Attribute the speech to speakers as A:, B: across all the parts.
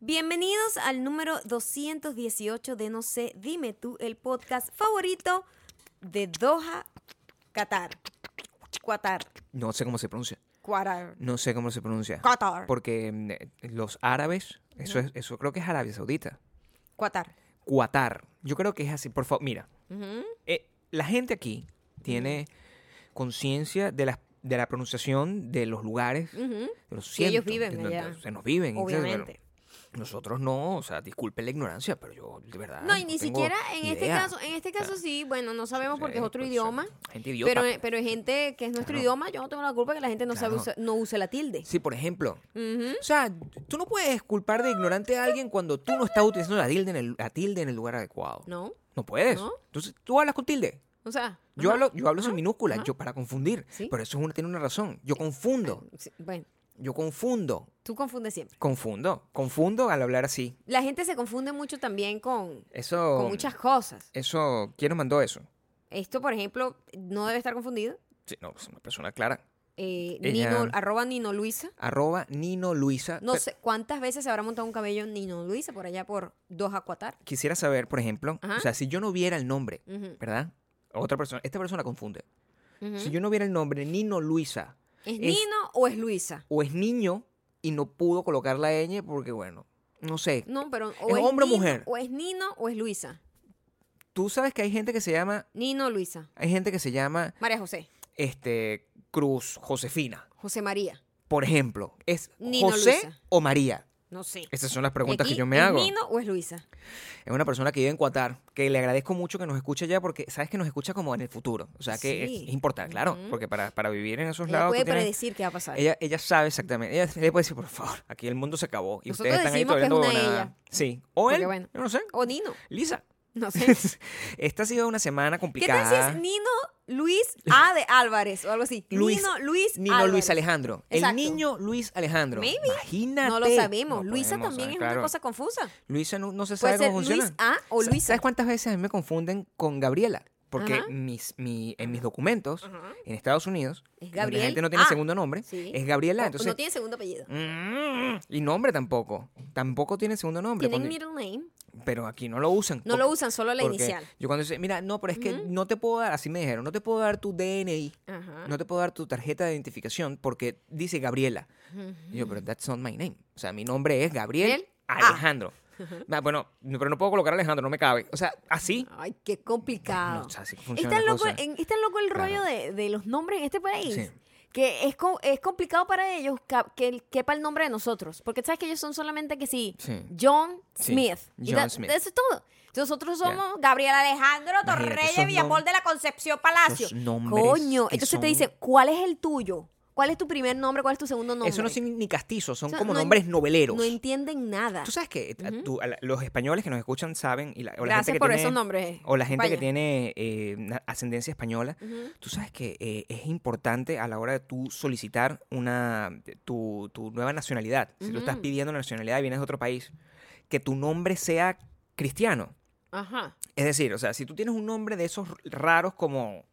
A: Bienvenidos al número 218 de No sé, dime tú, el podcast favorito de Doha, Qatar. Qatar.
B: No sé cómo se pronuncia.
A: Qatar.
B: No sé cómo se pronuncia.
A: Qatar.
B: Porque mm, eh, los árabes, eso, es, eso creo que es Arabia Saudita.
A: Qatar.
B: Qatar. Yo creo que es así. Por favor, mira,
A: Ujú.
B: eh, la gente aquí tiene conciencia de la, de la pronunciación de los lugares,
A: Ujú.
B: de los
A: Que ellos
B: cientos,
A: viven
B: de donde
A: allá.
B: Se nos viven. entonces, bueno,
A: Obviamente.
B: nosotros no, o sea, disculpen la ignorancia, pero yo de verdad.
A: No, y ni
B: Ah, tengo
A: siquiera en este
B: idea.
A: caso, en este caso sí, bueno, no sabemos
B: Sí,
A: porque es otro
B: pues,
A: idioma.
B: Gente idiota.
A: Pero, eh, pero hay gente que es nuestro
B: Claro.
A: idioma, yo no tengo la culpa que la gente no sabe
B: Claro.
A: usa- no use la tilde.
B: Sí, por ejemplo.
A: Ujú.
B: O sea, tú no puedes culpar de ignorante a alguien cuando tú no estás utilizando la tilde en el, la tilde en el lugar adecuado.
A: No,
B: No puedes.
A: No.
B: Entonces tú hablas con tilde.
A: o sea.
B: Yo
A: ajá.
B: hablo, yo hablo sin minúscula,
A: ajá.
B: yo para confundir.
A: Sí.
B: Pero eso es una- tiene una razón. Yo confundo.
A: Sí, bueno,
B: Yo confundo.
A: tú confundes siempre.
B: Confundo. Confundo al hablar así.
A: La gente se confunde mucho también con,
B: Eso.
A: con muchas cosas.
B: Eso. ¿Quién nos mandó eso?
A: Esto, por ejemplo, no debe estar confundido.
B: Sí, no, es una persona clara.
A: Eh,
B: Ella-
A: Nino, arroba Nino Luisa.
B: Arroba Nino Luisa.
A: No
B: Pe-
A: sé cuántas veces se habrá montado un cabello Nino Luisa por allá por dos a Qatar.
B: Quisiera saber, por ejemplo,
A: Ajá. Mm.
B: o sea, si yo no viera el nombre,
A: Ujú,
B: ¿verdad? Otra persona, esta persona confunde.
A: ujú.
B: Si yo no viera el nombre Nino Luisa,
A: ¿Es Nino o es Luisa?
B: o es niño y no pudo colocar la ñ porque, bueno, no sé.
A: No, pero o
B: ¿Es hombre o
A: Nino-
B: mujer?
A: O es Nino o es Luisa.
B: Tú sabes que hay gente que se llama,
A: Nino Luisa.
B: hay gente que se llama,
A: María José.
B: este, Cruz Josefina,
A: José María.
B: por ejemplo. ¿Es
A: Nino
B: José
A: Luisa.
B: o María?
A: No sé.
B: Estas son las preguntas
A: Aquí,
B: que yo me
A: ¿es
B: hago.
A: Nino o es Luisa?
B: Es una persona que vive en Qatar, que le agradezco mucho que nos escuche ya porque sabes que nos escucha como en el futuro. O sea que es-
A: Sí.
B: es importante, claro,
A: Ujú.
B: porque para, para vivir en esos
A: Ella
B: lados.
A: puede
B: tú tienes-
A: predecir qué va a pasar.
B: Ella, ella sabe exactamente. Ella le puede decir, por favor, aquí el mundo se acabó. Y
A: Nosotros
B: ustedes están ahí
A: decimos que
B: todavía
A: es una
B: nada.
A: ella.
B: Sí. O
A: Porque
B: él.
A: bueno.
B: Yo no sé.
A: O Nino.
B: Lisa.
A: No sé.
B: Esta ha sido una
A: ¿Qué tal
B: semana
A: si
B: complicada.
A: es Nino Luis A de Álvarez o algo así?
B: Luis-
A: Nino Luis
B: Nino
A: Álvarez.
B: Luis Alejandro.
A: Exacto.
B: El niño Luis Alejandro.
A: Maybe.
B: Imagínate.
A: No lo sabemos.
B: No
A: Luisa
B: podemos
A: también
B: saber,
A: es
B: claro.
A: una cosa confusa.
B: Luisa no, no se
A: Puede
B: sabe
A: ser
B: cómo funciona.
A: Luis A o
B: Sa-
A: Luisa.
B: ¿Sabes cuántas veces a mí me confunden con Gabriela? Porque
A: Ajá.
B: mis, mi- en mis documentos,
A: Ajá.
B: en Estados Unidos,
A: Es
B: donde la
A: Gabriel
B: gente no tiene
A: A.
B: segundo nombre,
A: Sí.
B: es Gabriela.
A: O-
B: Entonces,
A: No tiene segundo apellido.
B: Mm, Y nombre tampoco. Tampoco tiene segundo nombre.
A: Tienen
B: cuando-
A: middle name.
B: Pero aquí no lo usan.
A: No lo usan, solo la
B: porque
A: inicial.
B: Yo cuando dice, mira, no, pero es que no te puedo dar, así me dijeron, no te puedo dar tu DNI,
A: Ajá.
B: no te puedo dar tu tarjeta de identificación porque dice Gabriela. Y yo, pero that's not my name. O sea, mi nombre es Gabriel
A: Gabriel A.
B: Alejandro. Ah, bueno, no, pero no puedo colocar Alejandro, no me cabe. O sea, así.
A: Ay, qué complicado.
B: No, o sea, así que funciona
A: Está
B: la
A: loco,
B: cosa.
A: en- está loco el
B: Claro.
A: rollo de, de los nombres en este país.
B: Sí.
A: Que es, co- es complicado para ellos ca- que el- quepa el nombre de nosotros. Porque sabes que ellos son solamente que sí,
B: Sí.
A: John
B: Sí,
A: Smith. Y
B: John
A: da-
B: Smith.
A: Eso es todo. Nosotros somos Gabriel Alejandro
B: Imagínate,
A: Torreyes
B: esos
A: Villapol
B: nom-
A: de la Concepción Palacio.
B: esos nombres
A: Coño.
B: que
A: Entonces te
B: son-
A: dicen, ¿cuál es el tuyo? ¿Cuál es tu primer nombre? ¿Cuál es tu segundo nombre?
B: Eso no son ni castizos, son
A: Eso
B: como
A: no en-
B: nombres noveleros.
A: No entienden nada.
B: Tú sabes que eh, tú- a la- los españoles que nos escuchan saben, y la, o la
A: Gracias
B: gente que
A: por
B: tiene-
A: esos nombres,
B: O la gente
A: España.
B: que tiene eh, na- ascendencia española, tú sabes que eh, es importante a la hora de tú solicitar una, tu, tu nueva nacionalidad. Si tú estás pidiendo una nacionalidad y vienes de otro país, que tu nombre sea cristiano.
A: Ajá.
B: Es decir, o sea, si tú tienes un nombre de esos raros como,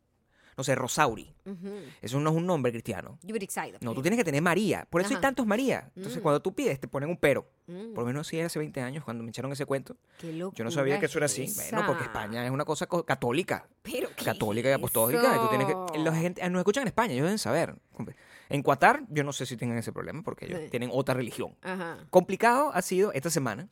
B: no sé, Rosauri,
A: Ujú.
B: eso no es un nombre cristiano.
A: Yurixaido, por
B: No, tú
A: ejemplo.
B: tienes que tener María. Por eso
A: Ajá.
B: hay tantos María. Entonces, cuando tú pides, te ponen un pero.
A: Mm,
B: Por lo menos así era hace 20 años cuando me echaron ese cuento.
A: qué
B: Yo
A: locura
B: no sabía que eso era
A: es
B: así. Bueno, porque
A: esa.
B: España es una cosa co- católica.
A: Pero ¿qué
B: Católica y
A: es
B: apostólica. y tú tienes
A: eso?
B: que, la gente, nos escuchan en España, ellos deben saber. En Qatar, yo no sé si tengan ese problema porque ellos
A: Sí.
B: tienen otra religión.
A: Ajá.
B: Complicado ha sido esta semana.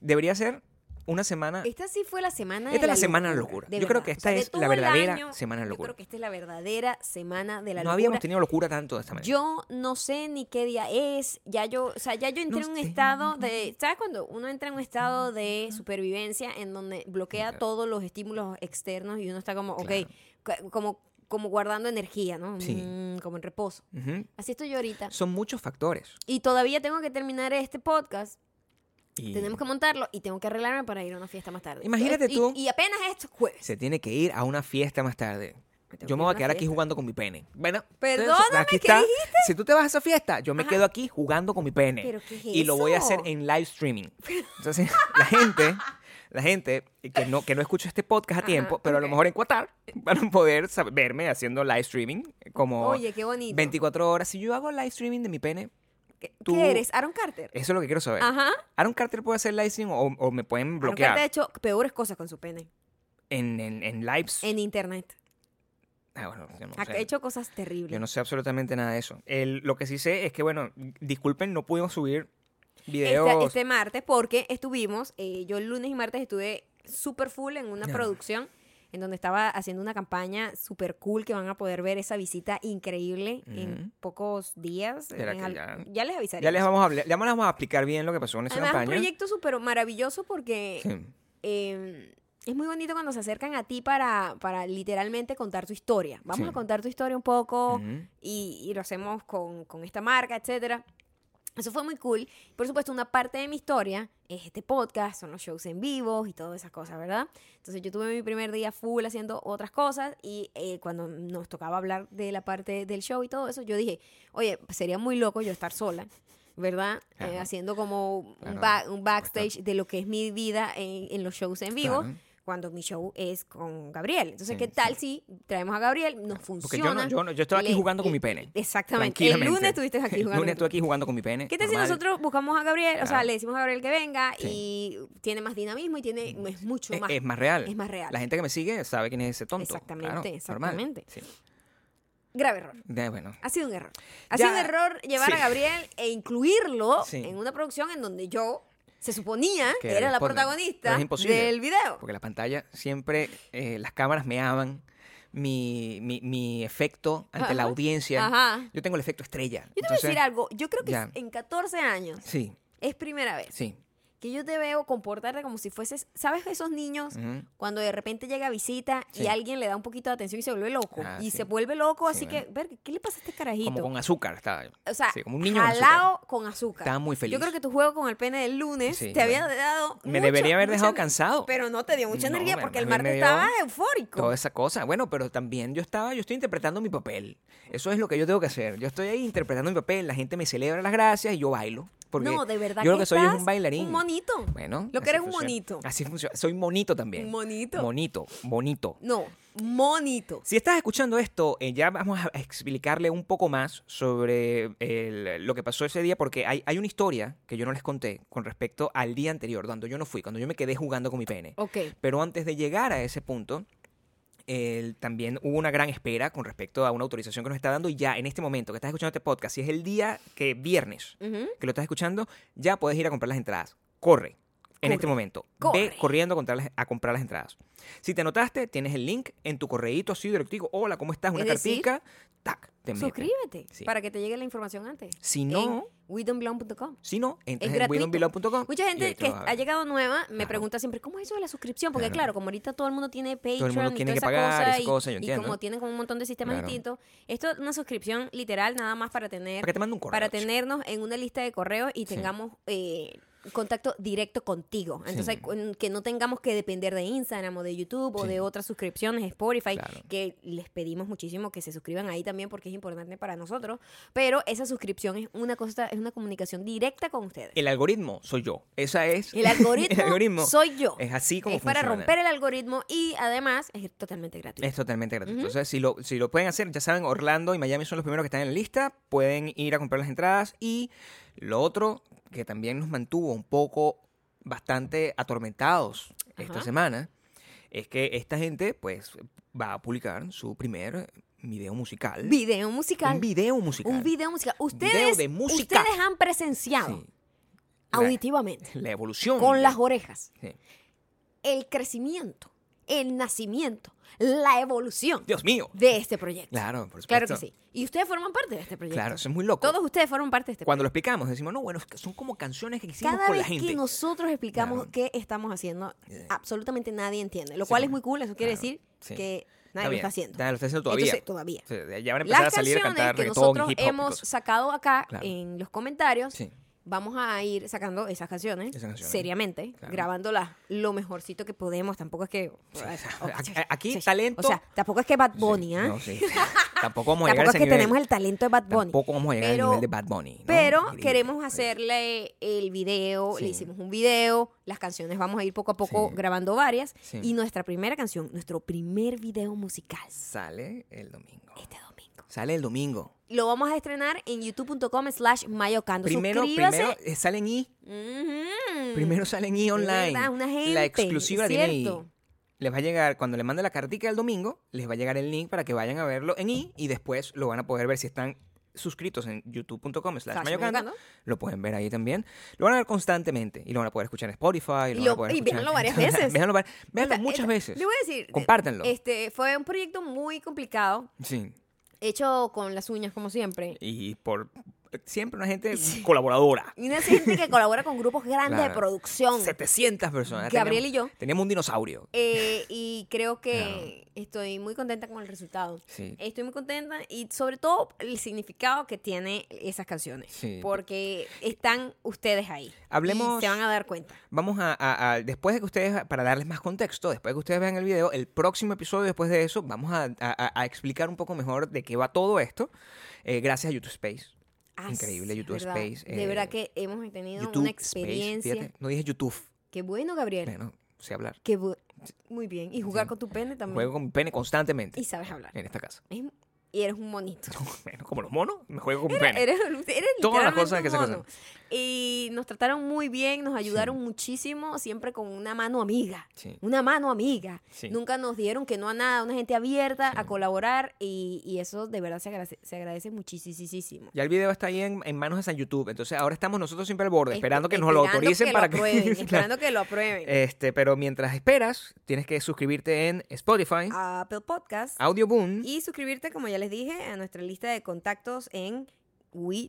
B: Debería ser una semana.
A: Esta sí fue la semana
B: Esta
A: de
B: es
A: la
B: la semana de la locura. Yo creo
A: verdad.
B: que esta
A: de
B: es la
A: todo el
B: verdadera
A: año,
B: semana de
A: Yo creo
B: locura.
A: que esta es la verdadera semana de la
B: no
A: locura.
B: habíamos tenido locura tanto de esta manera.
A: Yo no sé ni qué día es, ya yo, o sea, ya yo entré
B: No
A: en un
B: sé.
A: estado de, ¿sabes cuando uno entra en un estado de supervivencia en donde bloquea todos los estímulos externos y uno está como, ok,
B: Claro.
A: ca- como, como guardando energía, ¿no?
B: Sí.
A: Mm, como en reposo.
B: Ujú.
A: Así estoy yo ahorita.
B: Son muchos factores.
A: Y todavía tengo que terminar este podcast.
B: Y
A: Tenemos que montarlo y tengo que arreglarme para ir a una fiesta más tarde.
B: Imagínate
A: Y-
B: tú.
A: Y, apenas esto es jueves.
B: Se tiene que ir a una fiesta más tarde.
A: tengo que
B: Yo me
A: ir
B: voy
A: a
B: a
A: una
B: quedar aquí
A: fiesta.
B: jugando con mi pene. Bueno,
A: Perdóname,
B: entonces, aquí
A: ¿qué
B: está.
A: dijiste?
B: Si tú te vas a esa fiesta, yo me quedo aquí jugando con mi pene.
A: ¿Pero qué es
B: y lo voy a hacer
A: eso?
B: en live streaming. Entonces, la gente, la gente que no, que no escucha este podcast a
A: Ajá,
B: tiempo, pero a
A: ok.
B: lo mejor en Qatar van a poder sab- verme haciendo live streaming como
A: Oye, qué bonito.
B: 24 horas. Si yo hago live streaming de mi pene,
A: ¿Qué,
B: Tú-
A: qué eres? ¿Aaron Carter?
B: Eso es lo que quiero saber.
A: Ajá.
B: ¿Aaron Carter puede hacer licensing o, o me pueden
A: Ah. Aaron Carter ha
B: bloquear
A: hecho peores cosas con su pene
B: en, en, en lives?
A: en internet.
B: Ah, bueno, yo no
A: Ha
B: sé.
A: hecho cosas terribles.
B: Yo no sé absolutamente nada de eso. El- lo que sí sé es que, bueno, disculpen, no pudimos subir videos.
A: este, este martes porque estuvimos, eh, yo el lunes y martes estuve super full en una
B: Ya.
A: producción en donde estaba haciendo una campaña super cool que van a poder ver esa visita increíble
B: Ujú.
A: en pocos días.
B: Será
A: en
B: que
A: al-
B: ya-
A: les avisaré.
B: ya les vamos a hablar- ya les vamos a explicar bien lo que pasó en esa
A: Además, es un
B: campaña.
A: proyecto súper maravilloso porque
B: Sí.
A: eh, es muy bonito cuando se acercan a ti para, para literalmente contar tu historia. Vamos
B: Sí.
A: a contar tu historia un poco
B: Ujú.
A: y, y lo hacemos con, con esta marca, etcétera. Eso fue muy cool. Por supuesto, una parte de mi historia es este podcast, son los shows en vivo y todas esas cosas, ¿verdad? Entonces yo tuve mi primer día full haciendo otras cosas y eh, cuando nos tocaba hablar de la parte del show y todo eso, yo dije, oye, sería muy loco yo estar sola, ¿verdad? Eh,
B: Claro.
A: haciendo como un,
B: Claro,
A: ba- un backstage de lo que es mi vida en, en los shows en vivo.
B: Claro.
A: Cuando mi show es con Gabriel. Entonces,
B: Sí,
A: ¿qué tal si traemos a Gabriel? Nos
B: Porque yo,
A: funciona.
B: no, yo, no- yo estoy aquí
A: Le-
B: jugando con
A: le-
B: mi pene.
A: Exactamente. El lunes
B: Tranquilamente.
A: estuviste aquí
B: El
A: jugando.
B: lunes estuve aquí jugando con mi pene.
A: ¿Qué tal si
B: normal.
A: nosotros buscamos a Gabriel? O sea,
B: Claro.
A: le decimos a Gabriel que venga
B: Sí.
A: y tiene más dinamismo y tiene es mucho
B: Es,
A: más.
B: es más real.
A: es más real.
B: La gente que me sigue sabe quién es ese tonto.
A: Exactamente,
B: Claro, normal.
A: exactamente.
B: Sí.
A: Grave error.
B: Ya, bueno.
A: Ha sido un error. Ha
B: Ya.
A: sido un error llevar
B: Sí.
A: a Gabriel e incluirlo
B: Sí.
A: en una producción en donde yo se suponía que,
B: Que era
A: era
B: el
A: la
B: spotlight. Pero
A: protagonista
B: es imposible.
A: del video.
B: Porque la pantalla siempre, eh, las cámaras me aman. Mi, mi, mi efecto ante la
A: Ajá,
B: audiencia.
A: ajá.
B: Yo tengo el efecto estrella.
A: Yo te voy a decir algo. Yo creo que
B: ya.
A: en 14 años
B: Sí,
A: es primera vez
B: sí.
A: que yo te veo comportarte como si fueses, ¿sabes esos niños
B: Ujú.
A: cuando de repente llega visita
B: Sí.
A: y alguien le da un poquito de atención y se vuelve loco?
B: Ah,
A: y
B: sí.
A: se vuelve loco,
B: Sí,
A: así que, ver, ¿qué le pasa a este carajito?
B: Como con azúcar. Estaba, yo.
A: o sea,
B: sí, como un niño con azúcar.
A: jalado con azúcar.
B: Estaba muy feliz.
A: Yo creo que tu juego con el pene del lunes
B: Sí,
A: te había
B: bueno.
A: dado.
B: Me
A: mucho-
B: debería haber
A: mucha
B: dejado
A: ener-
B: cansado.
A: Pero no te dio mucha
B: No,
A: energía
B: bueno,
A: porque
B: más
A: el
B: bien
A: martes
B: me dio
A: estabas eufórico.
B: Toda esa cosa. Bueno, pero también yo estaba, yo estoy interpretando mi papel. Eso es lo que yo tengo que hacer. Yo estoy ahí interpretando mi papel, la gente me celebra las gracias y yo bailo. Porque
A: no, de verdad.
B: Yo lo
A: que
B: que soy es
A: estás
B: un bailarín.
A: Un monito.
B: Bueno.
A: Lo que
B: así
A: eres un
B: funciona.
A: monito.
B: Así funciona. Soy monito también.
A: Un monito.
B: Monito, bonito.
A: No, monito.
B: Si estás escuchando esto, eh, ya vamos a explicarle un poco más sobre el- lo que pasó ese día, porque hay, hay una historia que yo no les conté con respecto al día anterior, cuando yo no fui, cuando yo me quedé jugando con mi pene.
A: Ok.
B: Pero antes de llegar a ese punto, el- también hubo una gran espera con respecto a una autorización que nos está dando. Y ya en este momento que estás escuchando este podcast, si es el día que viernes
A: Ujú.
B: que lo estás escuchando, ya puedes ir a comprar las entradas. Corre. En
A: Corre.
B: este momento, ve
A: Corre.
B: corriendo a comprar, las, a comprar las entradas. Si te anotaste, tienes el link en tu correíto así directico. Hola, ¿cómo estás? Una
A: Es decir,
B: cartica. Tac, te metes.
A: Suscríbete
B: Sí.
A: para que te llegue la información antes.
B: Si no,
A: En WeDon'tBelong.com.
B: si no, entras
A: Es
B: en
A: gratuito.
B: willonbelow.com
A: Mucha
B: y
A: gente
B: ahí te
A: que
B: vas a
A: ha
B: ver.
A: llegado nueva me
B: Claro.
A: pregunta siempre, ¿cómo es eso de la suscripción? Porque
B: Claro.
A: claro, como ahorita todo el mundo tiene Patreon
B: el mundo
A: y
B: tiene
A: toda
B: que
A: esa
B: pagar
A: cosa,
B: esa
A: y,
B: cosa, yo
A: y
B: entiendo.
A: como tienen como un montón de sistemas
B: Claro.
A: distintos, esto es una suscripción literal nada más para tener
B: Para que te mande un correo.
A: para
B: chico.
A: tenernos en una lista de correos y
B: Sí.
A: tengamos eh, contacto directo contigo. Entonces,
B: Sí.
A: cu- que no tengamos que depender de Instagram o de YouTube o
B: Sí.
A: de otras suscripciones, Spotify,
B: Claro.
A: que les pedimos muchísimo que se suscriban ahí también porque es importante para nosotros. Pero esa suscripción es una cosa, es una comunicación directa con ustedes.
B: El algoritmo soy yo. Esa es.
A: El algoritmo,
B: algoritmo
A: soy yo.
B: Es así como
A: Es para
B: funciona.
A: romper el algoritmo y además es totalmente gratuito.
B: Es totalmente gratuito. O sea, si lo, si lo pueden hacer, ya saben, Orlando y Miami son los primeros que están en la lista. Pueden ir a comprar las entradas. Y lo otro que también nos mantuvo un poco bastante atormentados esta
A: Ajá.
B: semana es que esta gente, pues, va a publicar su primer video musical.
A: Video musical.
B: Un video musical.
A: Un video musical. Ustedes,
B: de música.
A: ustedes han presenciado
B: Sí. La-
A: auditivamente,
B: La evolución.
A: con
B: de-
A: las orejas,
B: Sí.
A: el crecimiento, el nacimiento, la evolución
B: Dios mío.
A: de este proyecto.
B: Claro, por supuesto.
A: Claro que sí. Y ustedes forman parte de este proyecto.
B: Claro, eso es muy loco.
A: Todos ustedes forman parte de este
B: Cuando lo explicamos, decimos, no, bueno, es que son como canciones que hicimos
A: Cada
B: con
A: vez
B: la gente.
A: que nosotros explicamos
B: Claro.
A: qué estamos haciendo,
B: Sí.
A: absolutamente nadie entiende. Lo
B: Sí,
A: cual es muy
B: bueno,
A: cool, eso quiere
B: claro,
A: decir
B: sí.
A: que
B: Está
A: nadie lo
B: bien,
A: está haciendo.
B: nadie lo está haciendo todavía.
A: Entonces, todavía.
B: O sea, ya van a empezar
A: Las
B: a salir a
A: canciones
B: cantar
A: que
B: reggaetón
A: nosotros
B: y hip hop. y
A: hemos
B: cosas.
A: sacado acá
B: Claro.
A: en los comentarios,
B: Sí.
A: vamos a ir sacando esas canciones,
B: Esas canciones.
A: seriamente,
B: Claro.
A: grabándolas lo mejorcito que podemos. Tampoco es que.
B: A- a- Aquí, talento.
A: O sea, tampoco es que Bad
B: Sí,
A: Bunny, ¿ah?
B: no, sí. Tampoco vamos a llegar
A: Tampoco es
B: a ese
A: que
B: nivel.
A: tenemos el talento de Bad Bunny.
B: Tampoco vamos a llegar
A: Pero-
B: al nivel de Bad Bunny. ¿no?
A: Pero
B: Increíble.
A: queremos hacerle el video,
B: Sí.
A: le hicimos un video, las canciones vamos a ir poco a poco
B: Sí.
A: grabando varias.
B: Sí.
A: Y nuestra primera canción, nuestro primer video musical,
B: Sale el domingo.
A: este domingo.
B: Sale el domingo.
A: Lo vamos a estrenar en youtube.com slash mayocando.
B: Primero,
A: Suscríbase.
B: primero eh, sale en I.
A: Ujú.
B: Primero sale en I online.
A: verdad, una
B: la
A: gente,
B: exclusiva
A: es
B: la tiene
A: cierto.
B: I. Les va a llegar, cuando le mande la cartica el domingo, les va a llegar el link para que vayan a verlo en I y después lo van a poder ver si están suscritos en youtube.com slash
A: Slash
B: mayocando.
A: Mayocando.
B: Lo pueden ver ahí también. Lo van a ver constantemente y lo van a poder escuchar en Spotify.
A: Y
B: Lo, van
A: lo-
B: a poder
A: y
B: escuchar-
A: véanlo varias veces.
B: véanlo vari- véanlo
A: Esta-
B: muchas
A: esta-
B: veces.
A: Le voy a decir. eh,
B: Compártanlo.
A: Este, fue un proyecto muy complicado,
B: Sí.
A: hecho con las uñas, como siempre.
B: Y por siempre una gente colaboradora.
A: Y una gente que colabora con grupos grandes de
B: Claro.
A: producción.
B: 700 personas.
A: Gabriel
B: Teníamos-
A: y yo.
B: Teníamos un dinosaurio.
A: Eh, y creo que estoy muy contenta con el resultado.
B: Sí.
A: Estoy muy contenta y sobre todo el significado que tiene esas canciones.
B: Sí.
A: Porque están ustedes ahí.
B: Hablemos-
A: Y se van a dar cuenta.
B: Vamos a, a- a- después de que ustedes, para darles más contexto, después de que ustedes vean el video, el próximo episodio después de eso, vamos a, a- a explicar un poco mejor de qué va todo esto, eh, gracias a YouTube Space.
A: Ah,
B: Increíble,
A: sí,
B: YouTube
A: ¿verdad?
B: Space.
A: De
B: eh,
A: verdad que hemos tenido
B: YouTube
A: una
B: Space,
A: experiencia.
B: fíjate, no dije YouTube,
A: Qué bueno, Gabriel.
B: bueno, sé hablar.
A: Qué bu- muy bien. Y jugar con tu pene también.
B: Juego Eh. con mi pene constantemente
A: Y sabes hablar.
B: en esta casa.
A: Es- y eres un monito.
B: Bueno, como los monos, me juego con mi pene.
A: Eres, eres
B: Todas las
A: literalmente
B: cosas que
A: un
B: se
A: mono. Y nos trataron muy bien, nos ayudaron muchísimo, siempre con una mano amiga.
B: Sí.
A: Una mano amiga.
B: Sí.
A: Nunca nos dieron que no a nada, una gente abierta a colaborar y, y eso de verdad se agradece, se agradece muchísimo.
B: Ya el video está ahí en, en manos de San YouTube, entonces ahora estamos nosotros siempre al borde, Pues esperando que nos lo
A: Esperando
B: autoricen
A: que
B: para
A: aprueben,
B: que...
A: esperando que lo aprueben.
B: Este, pero mientras esperas, tienes que suscribirte en Spotify,
A: A Apple
B: Ah.
A: Podcast.
B: Audioboom.
A: Y suscribirte, como ya les dije, a nuestra lista de contactos en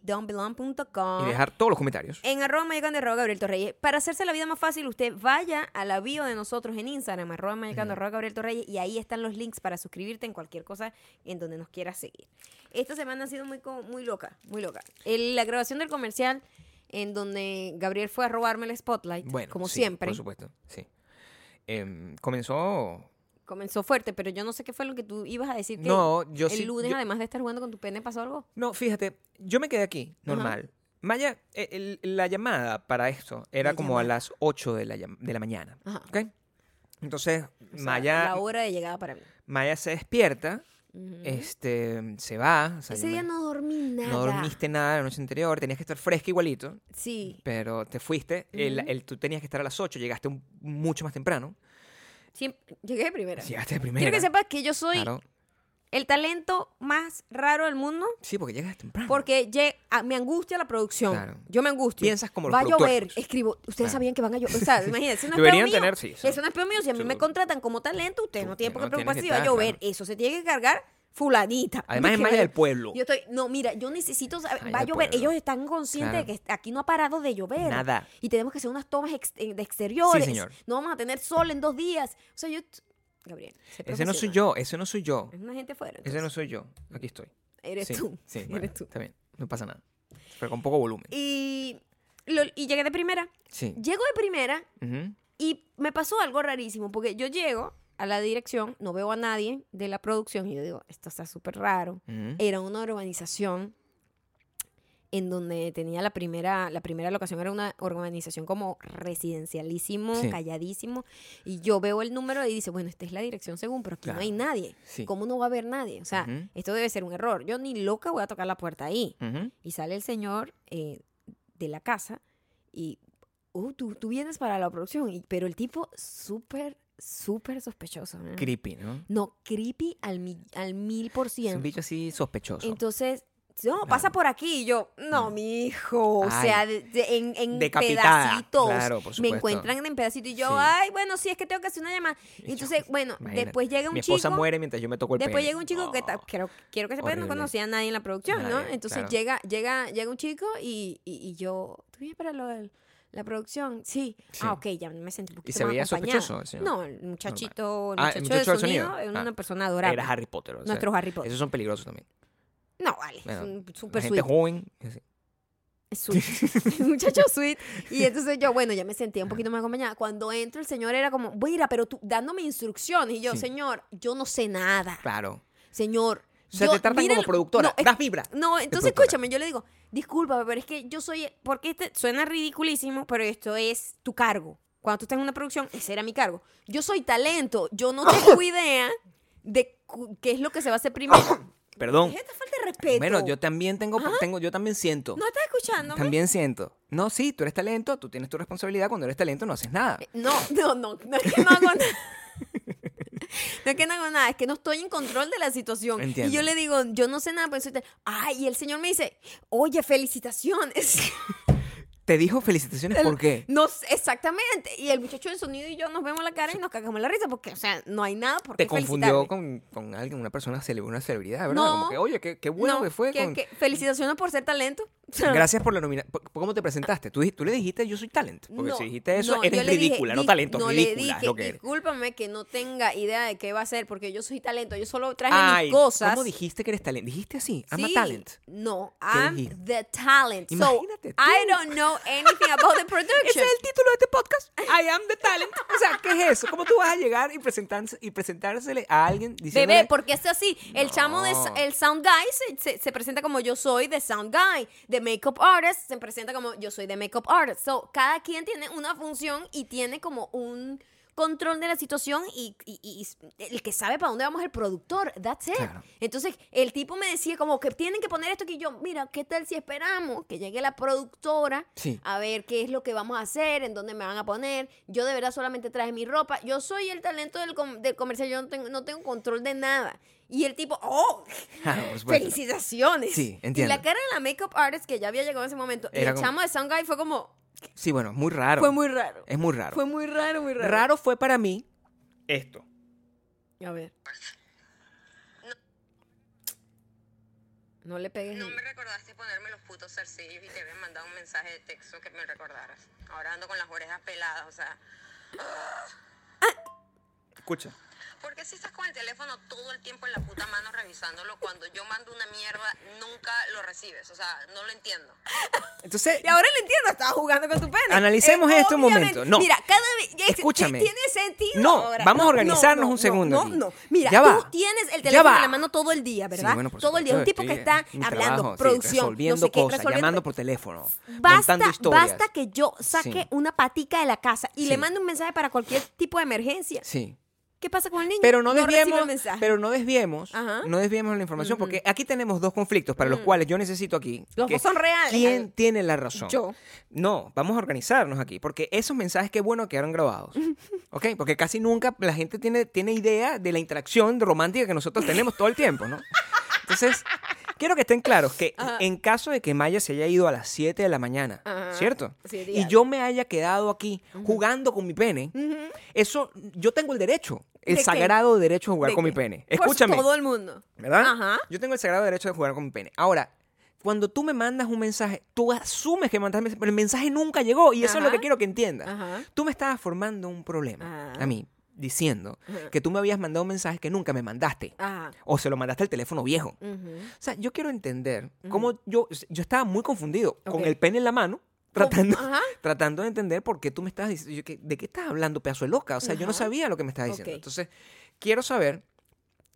A: wedon'tbelong.com.
B: y dejar todos los comentarios.
A: En arroba mayocando arroba Gabriel Torreyes. Para hacerse la vida más fácil, usted vaya a la bio de nosotros en Instagram, arroba mayocando arroba Gabriel Torreyes, y ahí están los links para suscribirte en cualquier cosa en donde nos quieras seguir. Esta semana ha sido muy, co- muy loca, muy loca. El- la grabación del comercial en donde Gabriel fue a robarme el spotlight,
B: Bueno,
A: como
B: sí,
A: siempre.
B: Por supuesto, sí. Em, comenzó.
A: Comenzó fuerte, pero yo no sé qué fue lo que tú ibas a decir. que
B: No, yo
A: el
B: sí-
A: lunes,
B: yo-
A: además de estar jugando con tu pene, pasó algo.
B: No, fíjate, yo me quedé aquí, normal. Maya, e, el- el- la llamada para esto era
A: La
B: como a
A: llamada.
B: las 8 de la, llam- de la mañana.
A: Ajá.
B: ¿ok? Entonces,
A: O sea,
B: Maya,
A: La hora de llegada para mí.
B: Maya se despierta,
A: Ujú.
B: este, se va. o sea,
A: Ese
B: yo
A: día
B: me-
A: no dormí nada.
B: no dormiste nada la noche anterior, tenías que estar fresca igualito.
A: Sí.
B: pero te fuiste. el,
A: Ujú.
B: el- tú tenías que estar a las 8, llegaste un- mucho más temprano.
A: Siempre- llegué de primera.
B: Llegaste de primera.
A: Quiero que sepas que yo soy
B: Claro.
A: el talento más raro del mundo
B: Sí, porque llegas temprano.
A: porque lle- a- me angustia la producción.
B: Ah. Claro.
A: Yo me angustio.
B: Piensas como los
A: Va a llover,
B: productores.
A: escribo. Ustedes
B: Claro.
A: sabían que van a llover. O sea, imagínense, no es
B: Deberían
A: peor mío.
B: tener- sí, sí.
A: Eso no es peor mío. Si a mí
B: Sí.
A: me contratan como talento, ustedes no tienen por qué
B: Ustedes no
A: preocuparse
B: tienen que
A: si va a
B: estar,
A: llover. Eso se tiene que cargar fulanita.
B: Además, es
A: Porque
B: Maya
A: vaya-
B: del pueblo.
A: Yo estoy, no, mira, yo necesito saber,
B: Maya
A: va a
B: del
A: llover.
B: pueblo.
A: Ellos están conscientes de
B: Claro.
A: que est- aquí no ha parado de llover.
B: Nada.
A: Y tenemos que hacer unas tomas ex- eh, de exteriores.
B: Sí, señor.
A: No vamos a tener sol en dos días. O sea, yo... Gabriel. sé
B: Ese no soy
A: profesional.
B: yo, ese no soy yo.
A: Es una gente fuera.
B: Ese no
A: entonces.
B: soy yo. Aquí estoy.
A: Eres
B: Sí,
A: tú.
B: Sí,
A: Eres
B: bueno,
A: tú. Eh,
B: Está bien, no pasa nada. Pero con poco volumen.
A: Y, lo- y llegué de primera.
B: Sí.
A: Llego de primera
B: Ujú.
A: y me pasó algo rarísimo porque yo llego a la dirección, no veo a nadie de la producción y yo digo, esto está súper raro.
B: Ujú.
A: Era una urbanización en donde tenía la primera, la primera locación, era una urbanización como residencialísimo,
B: Sí.
A: calladísimo. Y yo veo el número y dice, bueno, esta es la dirección según, pero aquí no
B: Claro.
A: hay nadie.
B: Sí.
A: ¿Cómo no va a haber nadie? O sea,
B: Ujú.
A: esto debe ser un error. Yo ni loca voy a tocar la puerta ahí.
B: Ujú.
A: Y sale el señor eh, de la casa y, oh, tú, tú vienes para la producción. Y- pero el tipo súper, súper sospechoso. ¿no?
B: Creepy, ¿no?
A: No, creepy al, mi- al mil por
B: Es un
A: ciento.
B: bicho así sospechoso.
A: Entonces, no, pasa
B: Claro.
A: por aquí. Y yo, no,
B: Mm.
A: mi hijo. O
B: Ay.
A: sea, de- de- en, en
B: Decapitada.
A: pedacitos.
B: Claro, por
A: me
B: supuesto.
A: encuentran en pedacitos. Y yo,
B: Sí.
A: ay, bueno, sí, es que tengo que hacer una llamada.
B: yo,
A: Entonces, bueno,
B: imagínate,
A: después llega un
B: Mi
A: chico.
B: esposa muere mientras yo me toco el Oh,
A: Después
B: pene.
A: llega un chico que ta-
B: No.
A: quiero, quiero que sepa, no
B: Horrible.
A: conocía a nadie en la producción, ¿no?
B: Nadie,
A: Entonces
B: claro.
A: llega, llega, llega un chico y, y, y yo, ¿tú vienes para lo del- la producción? Sí.
B: Sí.
A: Ah, ok, ya me sentí un poquito
B: se
A: más
B: veía
A: acompañada.
B: sospechoso el señor?
A: No, el muchachito, el
B: Ah,
A: muchacho, de sonido, es
B: Ah,
A: una persona adorable.
B: Era Harry Potter. o sea,
A: Nuestros Harry Potter.
B: Esos son peligrosos también.
A: No, vale,
B: Bueno,
A: es un
B: La
A: super
B: gente
A: sweet.
B: joven. así.
A: Es sweet. Es un muchacho sweet. Y entonces yo, bueno, ya me sentía un poquito más acompañada. Cuando entro, el señor era como, mira, pero tú, dándome instrucciones. Y yo,
B: Sí.
A: señor, yo no sé nada.
B: Claro.
A: Señor.
B: O sea,
A: yo-
B: te tratan
A: mira
B: como
A: lo-
B: productora.
A: no, es-
B: das vibra.
A: No, entonces
B: productora.
A: escúchame, yo le digo, disculpa, pero es que yo soy, porque este suena ridiculísimo, pero esto es tu cargo. Cuando tú estás en una producción, ese era mi cargo. Yo soy talento, yo no tengo idea de cu- qué es lo que se va a hacer primero.
B: Perdón.
A: ¿Qué es esta falta de respeto?
B: Bueno, yo también tengo, tengo yo también siento.
A: ¿No estás escuchando?
B: también siento. No, sí, tú eres talento, tú tienes tu responsabilidad, cuando eres talento no haces nada.
A: No, no, no, no es que no hago nada. No es que no hago nada, es que no estoy en control de la situación.
B: Entiendo.
A: Y yo le digo, yo no sé nada, pues soy tal- Ay, y el señor me dice, oye, felicitaciones.
B: Te dijo felicitaciones, ¿por qué?
A: No, sé, exactamente. Y el muchacho del sonido y yo nos vemos la cara y nos cagamos la risa porque, o sea, no hay nada por
B: Te
A: qué
B: confundió
A: felicitarme.
B: con, con alguien, una persona, cele- una celebridad, ¿verdad?
A: No.
B: Como que, oye, qué, qué bueno
A: No,
B: que fue. con-
A: felicitaciones por ser talento. O sea,
B: Gracias por la nominación. ¿Cómo te presentaste? Tú, dij- tú le dijiste, yo soy talento. Porque
A: no,
B: si dijiste eso,
A: no, yo
B: eres
A: le dije,
B: ridícula, no
A: "Dis-
B: talento,
A: no le
B: ridícula es
A: dije,
B: lo que eres.
A: discúlpame que no tenga idea de qué va a ser porque yo soy talento, yo solo traje
B: Ay,
A: mis cosas.
B: ¿cómo dijiste que eres talento? Dijiste así, I'm a
A: Sí,
B: talent.
A: No, I'm
B: dijiste?
A: the talent.
B: Imagínate
A: so,
B: tú.
A: I don't know anything about the
B: Ese
A: production.
B: es el título de este podcast. I am the talent. O sea, ¿qué es eso? ¿Cómo tú vas a llegar y, presentarse, y presentársele a alguien diciendo.
A: Bebé, ¿por qué es así? El chamo de
B: No.
A: sa- el sound guy se, se- se presenta como yo soy de sound guy, de makeup artist se presenta como yo soy de makeup artist. So, cada quien tiene una función y tiene como un control de la situación y, y- y- y el que sabe para dónde vamos es el productor, that's it.
B: Claro.
A: Entonces, el tipo me decía como que tienen que poner esto que yo, mira, ¿qué tal si esperamos que llegue la productora
B: Sí.
A: a ver qué es lo que vamos a hacer, en dónde me van a poner. Yo de verdad solamente traje mi ropa. Yo soy el talento del, com- del comercial, yo no tengo, no tengo control de nada. Y el tipo, ¡oh!
B: Claro, por supuesto.
A: ¡Felicitaciones!
B: Sí, entiendo.
A: Y la cara de la makeup artist que ya había llegado en ese momento, y
B: Era
A: el
B: como-
A: chamo de Sound Guy fue como,
B: Sí, bueno, muy raro.
A: fue muy raro.
B: Es muy raro.
A: Fue muy raro, muy raro.
B: Raro fue para mí esto.
A: A ver. No le pegues.
C: No
A: el-
C: me recordaste ponerme los putos zarcillos y te había mandado un mensaje de texto que me recordaras. Ahora ando con las orejas peladas, o sea.
B: Escucha.
C: ¿Por qué si estás con el teléfono todo el tiempo en la puta mano revisándolo cuando yo mando una mierda, nunca lo recibes? O sea, no lo entiendo.
B: Entonces,
A: Y ahora lo entiendo, estaba jugando con tu pene.
B: Analicemos esto un
A: obviamente-
B: momento. No.
A: Mira, cada vez. ya-
B: Escúchame.
A: Tiene sentido.
B: No,
A: ahora.
B: vamos a
A: No,
B: organizarnos
A: no,
B: un segundo
A: No,
B: aquí.
A: no, no. Mira,
B: Ya
A: tú
B: va.
A: tienes el
B: Ya
A: teléfono en
B: va.
A: la mano todo el día, ¿verdad?
B: Sí, bueno, por
A: todo el día. Un
B: supuesto,
A: tipo que
B: estoy
A: está
B: en mi
A: hablando,
B: trabajo, sí,
A: producción,
B: resolviendo
A: no sé qué,
B: cosas,
A: resolviendo-
B: llamando por teléfono, contando
A: Basta,
B: historias.
A: basta que yo saque
B: Sí.
A: una patica de la casa y
B: Sí.
A: le mande un mensaje para cualquier tipo de emergencia.
B: Sí.
A: ¿Qué pasa con el niño?
B: Pero no
A: recibe
B: desviemos,
A: el mensaje.
B: pero no desviemos,
A: Ajá.
B: no desviemos la información porque aquí tenemos dos conflictos para los cuales yo necesito aquí.
A: Los
B: que-
A: dos son reales.
B: ¿Quién tiene la razón?
A: Yo.
B: No, vamos a organizarnos aquí porque esos mensajes qué bueno que quedaron grabados, ¿ok? Porque casi nunca la gente tiene tiene idea de la interacción romántica que nosotros tenemos todo el tiempo, ¿no? Entonces quiero que estén claros que en caso de que Maya se haya ido a las 7 de la mañana,
A: Ajá.
B: ¿cierto?
A: Sí,
B: y
A: diablo.
B: yo me haya quedado aquí jugando con mi pene, eso yo tengo el derecho, el
A: ¿De qué?
B: sagrado derecho a jugar
A: ¿De
B: con mi
A: qué?
B: pene.
A: Por
B: Escúchame.
A: todo el mundo.
B: ¿Verdad?
A: Ajá.
B: Yo tengo el sagrado derecho de jugar con mi pene. Ahora, cuando tú me mandas un mensaje, tú asumes que mandaste mensaje, pero el mensaje nunca llegó y eso es lo
A: Ajá.
B: que quiero que entiendas.
A: Ajá.
B: Tú me estabas formando un problema
A: Ajá.
B: a mí diciendo que tú me habías mandado un mensaje que nunca me mandaste.
A: Ajá.
B: O se lo mandaste al teléfono viejo.
A: Ujú.
B: O sea, yo quiero entender cómo yo, yo estaba muy confundido con
A: Ok.
B: el pene en la mano, tratando,
A: Ajá.
B: tratando de entender por qué tú me estabas diciendo, yo que- de qué estás hablando, pedazo de loca. O sea, yo no
A: Ajá.
B: sabía lo que me estabas diciendo.
A: Ok.
B: Entonces, quiero saber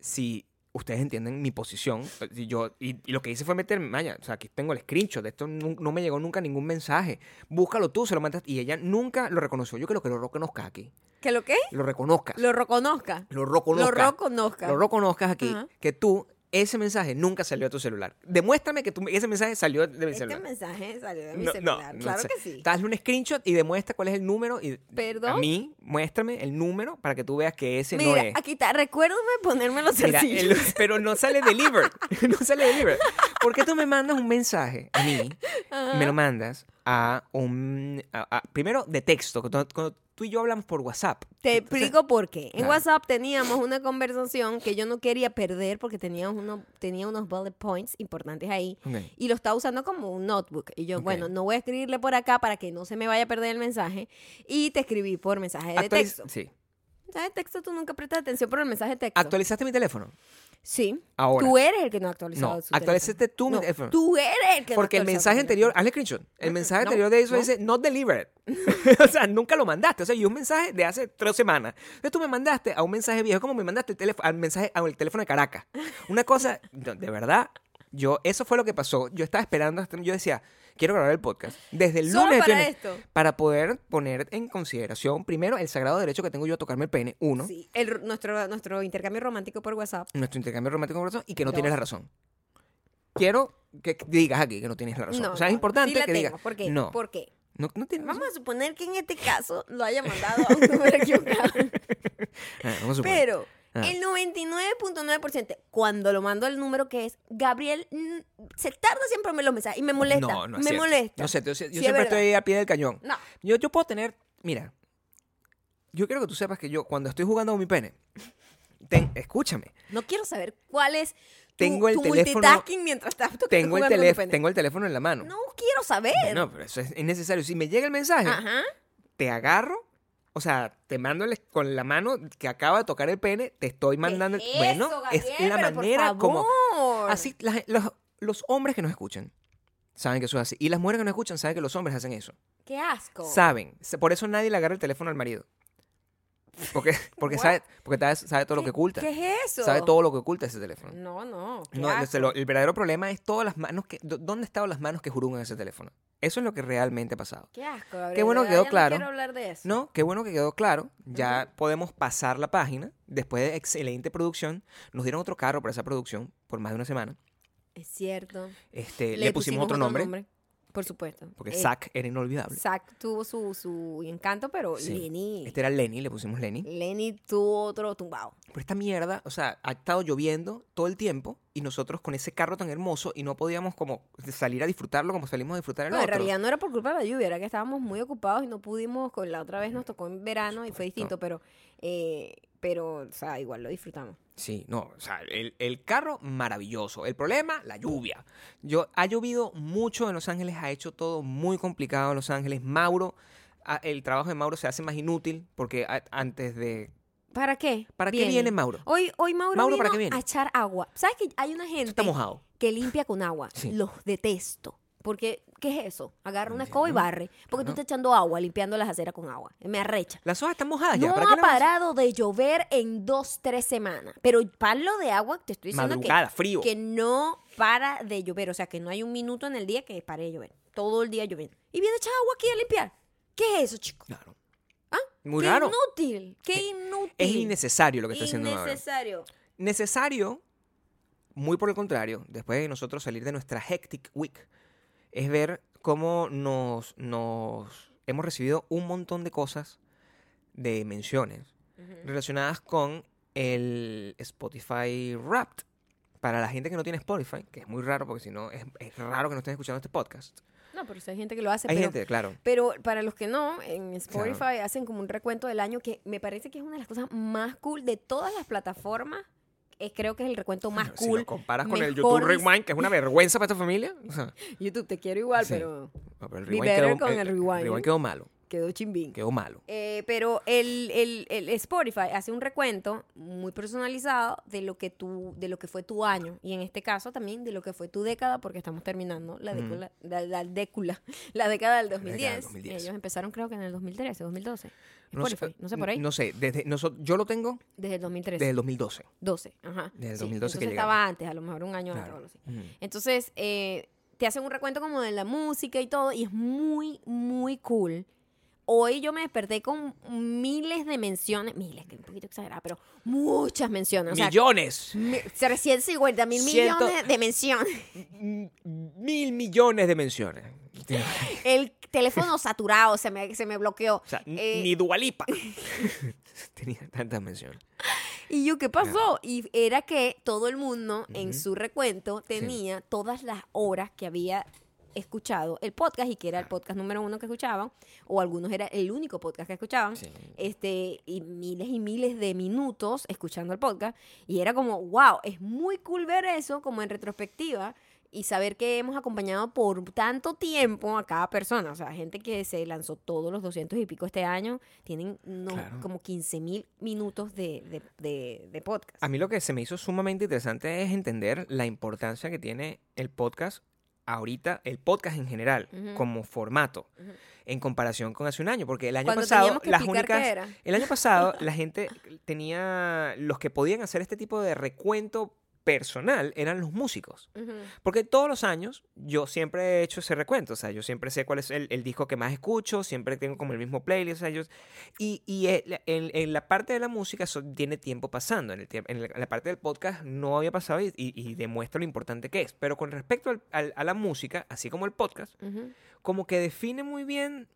B: si ustedes entienden mi posición. pues, Y, yo, y, y lo que hice fue meter, Maya, o sea, aquí tengo el screenshot, de esto nu- no, me llegó nunca ningún mensaje. Búscalo tú, se lo mandaste. Y ella nunca lo reconoció. Yo creo que lo reconozcas aquí.
A: ¿Que lo qué?
B: Lo reconozcas.
A: Lo reconozca.
B: Lo reconozcas.
A: Lo reconozcas.
B: Lo reconozcas aquí.
A: Ajá.
B: Que tú, ese mensaje nunca salió de tu celular. Demuéstrame que tú, ese mensaje salió de mi
A: Este
B: celular.
A: mensaje salió de mi
B: No, no,
A: celular.
B: no
A: claro
B: sé.
A: que sí.
B: Hazle un screenshot y demuestra cuál es el número. Y A
A: ¿Perdón?
B: mí, muéstrame el número para que tú veas que ese no
A: Mira,
B: es.
A: aquí está. Recuérdame ponerme los
B: Mira,
A: zarcillos.
B: el- pero no sale delivered. no sale delivered. ¿Por qué tú me mandas un mensaje a mí? Me lo mandas a un. a- a- primero de texto. Cuando, cuando tú y yo hablamos por WhatsApp.
A: Te explico por qué. En
B: Claro.
A: WhatsApp teníamos una conversación que yo no quería perder porque tenía, uno, tenía unos bullet points importantes ahí.
B: Ok.
A: Y lo estaba usando como un notebook. Y yo,
B: Ok.
A: bueno, no voy a escribirle por acá para que no se me vaya a perder el mensaje. Y te escribí por mensaje de
B: Actualiz-
A: texto.
B: sí.
A: Mensaje de texto tú nunca prestas atención por el mensaje de texto.
B: ¿Actualizaste mi teléfono?
A: sí.
B: Ahora.
A: Tú eres el que no ha actualizado
B: No,
A: su
B: actualizaste
A: teléfono.
B: tú mi
A: No,
B: teléfono.
A: Tú eres el que no ha
B: Porque el
A: actualizado tu
B: mensaje
A: teléfono.
B: anterior, hazle screenshot. El mensaje
A: no,
B: anterior de eso
A: no.
B: dice not delivered. o sea, nunca lo mandaste. O sea, y un mensaje de hace tres semanas. Entonces tú me mandaste a un mensaje viejo, como me mandaste el teléfono, al mensaje, al teléfono de Caracas. Una cosa, no, de verdad, yo, eso fue lo que pasó. Yo estaba esperando, hasta, yo decía, Quiero grabar el podcast. Desde el
A: Solo
B: lunes
A: para
B: estoy en-
A: esto.
B: para poder poner en consideración, primero, el sagrado derecho que tengo yo a tocarme el pene, uno,
A: Sí, el- nuestro, nuestro intercambio romántico por WhatsApp.
B: nuestro intercambio romántico con razón, y que no
A: Dos.
B: tienes la razón. Quiero que digas aquí que no tienes la razón.
A: No,
B: o sea, es
A: no,
B: importante
A: sí la
B: que
A: tengo.
B: digas.
A: ¿Por qué?
B: No,
A: ¿Por qué?
B: no, no tienes razón.
A: Vamos a suponer que en este caso lo haya mandado a un número equivocado.
B: Ah, vamos a suponer.
A: Pero
B: Ah.
A: el 99.9% cuando lo mando al número que es, Gabriel mm, se tarda siempre en ver los mensajes y me molesta.
B: No, no es
A: me
B: cierto.
A: molesta.
B: No sé, yo, yo
A: Sí, es
B: siempre
A: verdad.
B: estoy a pie del cañón.
A: No.
B: Yo, yo puedo tener. Mira, yo quiero que tú sepas que yo, cuando estoy jugando con mi pene, ten- escúchame,
A: No quiero saber cuál es tu,
B: Tengo el
A: tu
B: teléfono-
A: multitasking mientras estás tocando
B: tengo el,
A: jugando con tu
B: teléfono,
A: pene.
B: tengo el teléfono en la mano.
A: No quiero saber.
B: Bueno, pero eso es innecesario. Si me llega el mensaje,
A: Ajá.
B: te agarro, o sea, te mando el- con la mano que acaba de tocar el pene, te estoy mandando. el-
A: ¿Qué es
B: bueno,
A: eso,
B: es
A: Gabriel?
B: la
A: Pero por
B: manera como.
A: favor.
B: Así, la gen- los, los hombres que nos escuchan saben que eso es así. Y las mujeres que nos escuchan saben que los hombres hacen eso.
A: Qué asco.
B: Saben. Se- Por eso nadie le agarra el teléfono al marido. Porque, porque,
A: What?
B: sabe, porque ta- sabe todo lo
A: ¿Qué-
B: que oculta.
A: ¿Qué es eso?
B: Sabe todo lo que oculta ese teléfono.
A: No, no. qué
B: No,
A: asco.
B: se lo- el verdadero problema es todas las manos que... do- ¿Dónde estaban las manos que jurungan ese teléfono? Eso es lo que realmente ha pasado.
A: Qué asco, Gabriel.
B: Qué bueno
A: de verdad,
B: quedó
A: ya
B: claro.
A: No quiero hablar de eso.
B: No, qué bueno que quedó claro. Ya podemos pasar la página. Después de excelente producción, nos dieron otro carro para esa producción por más de una semana.
A: Es cierto.
B: Este, le, pusimos, otro, nombre,
A: Por supuesto.
B: porque
A: Eh,
B: Zack era inolvidable.
A: Zack tuvo su, su encanto, pero
B: Sí.
A: Lenny.
B: Este era Lenny, le pusimos Lenny.
A: Lenny tuvo otro tumbado.
B: Pero esta mierda, o sea, ha estado lloviendo todo el tiempo y nosotros con ese carro tan hermoso y no podíamos como salir a disfrutarlo como salimos a disfrutar el
A: No, en
B: otro.
A: realidad no era por culpa de la lluvia, era que estábamos muy ocupados y no pudimos. Con la otra vez nos tocó en verano y fue distinto, pero, eh, pero, o sea, igual lo disfrutamos.
B: Sí, no, o sea, el, el carro maravilloso. El problema, la lluvia. Yo, ha llovido mucho en Los Ángeles, ha hecho todo muy complicado en Los Ángeles. Mauro, a- el trabajo de Mauro se hace más inútil porque a- antes de...
A: ¿Para qué?
B: ¿Para qué viene Mauro?
A: Hoy, hoy Mauro,
B: Mauro,
A: vino
B: ¿para qué viene?
A: a echar agua. ¿Sabes que hay una gente
B: Está mojado.
A: que limpia con agua?
B: Sí.
A: Los detesto. Porque, ¿qué es eso? Agarra una escoba y
B: Entiendo.
A: barre. Porque tú
B: Claro.
A: estás echando agua, limpiando las aceras con agua. Me arrecha.
B: Las hojas están mojadas Ah, ya.
A: No
B: ¿para qué
A: ha
B: la vas a-
A: parado de llover en dos, tres semanas. Pero palo de agua, te estoy diciendo que,
B: Madrugada, frío.
A: que no para de llover. O sea, que no hay un minuto en el día que pare de llover. Todo el día lloviendo. Y viene a echar agua aquí a limpiar. ¿Qué es eso, chico?
B: Claro.
A: ¿Ah?
B: Muy
A: qué
B: raro.
A: inútil. Qué inútil.
B: Es innecesario lo que está haciendo Mauro.
A: Innecesario.
B: Necesario, muy por el contrario, después de nosotros salir de nuestra hectic week, es ver cómo nos, nos hemos recibido un montón de cosas de menciones relacionadas con el Spotify Wrapped. Para la gente que no tiene Spotify, que es muy raro porque si no es, es raro que no estén escuchando este podcast.
A: No, pero si hay gente que lo hace.
B: Hay
A: pero,
B: gente, claro.
A: pero para los que no, en Spotify
B: Claro.
A: hacen como un recuento del año que me parece que es una de las cosas más cool de todas las plataformas. Eh, creo que es el recuento más
B: si
A: cool.
B: lo comparas con el
A: mejor
B: YouTube Rewind, que es una vergüenza para esta familia. o sea,
A: YouTube, te quiero igual,
B: Sí.
A: pero
B: no, pero el
A: Be better con el
B: el
A: Rewind.
B: Rewind quedó malo.
A: quedó chimbín.
B: Quedó malo.
A: Eh, pero el, el- el Spotify hace un recuento muy personalizado de lo que tú, de lo que fue tu año y en este caso también de lo que fue tu década porque estamos terminando la décula- la, la décula- la década del 2010.
B: Mm. década del 2010.
A: Ellos empezaron creo que en el 2013, 2012.
B: No sé,
A: Spotify, no sé por ahí.
B: No sé, desde, noso- yo lo tengo
A: Desde el 2013.
B: desde el 2012.
A: 12, ajá.
B: Desde el
A: Sí,
B: 2012 que
A: entonces estaba antes, a lo mejor un año antes o algo así.
B: Ujú.
A: Entonces, eh, te hacen un recuento como de la música y todo, y es muy, muy cool. Hoy yo me desperté con miles de menciones, miles, que es un poquito exagerada, pero muchas menciones. O sea,
B: Millones,
A: mi- 350 mil
B: Ciento-
A: millones de menciones.
B: m- mil millones de menciones. o
A: El teléfono saturado se me, se me bloqueó.
B: sea, n-
A: Eh,
B: ni Dualipa. Tenía tantas menciones.
A: Y yo, ¿qué pasó? Y era que todo el mundo en su recuento tenía todas las horas que había escuchado el podcast y que
B: Ah.
A: era el podcast número uno que escuchaban o algunos era el único podcast que escuchaban
B: Sí.
A: este y miles y miles de minutos escuchando el podcast y era como wow es muy cool ver eso como en retrospectiva y saber que hemos acompañado por tanto tiempo a cada persona o sea gente que se lanzó todos los 200 y pico este año tienen no,
B: Claro.
A: como 15 mil minutos de, de, de- de podcast.
B: A mí lo que se me hizo sumamente interesante es entender la importancia que tiene el podcast ahorita, el podcast en general,
A: Ujú.
B: como formato, en comparación con hace un año, porque el año
A: Cuando
B: pasado
A: teníamos que
B: las
A: explicar qué
B: únicas
A: era.
B: el año pasado la gente tenía los que podían hacer este tipo de recuento personal eran los músicos.
A: Ujú.
B: Porque todos los años yo siempre he hecho ese recuento, o sea, yo siempre sé cuál es el, el disco que más escucho, siempre tengo como el mismo playlist, o sea, yo- y, y el- en, en la parte de la música eso tiene tiempo pasando, en, el, tiemp- en la, en la parte del podcast no había pasado y, y- y demuestra lo importante que es, pero con respecto al- al- a la música, así como el podcast,
A: Ujú.
B: como que define muy bien,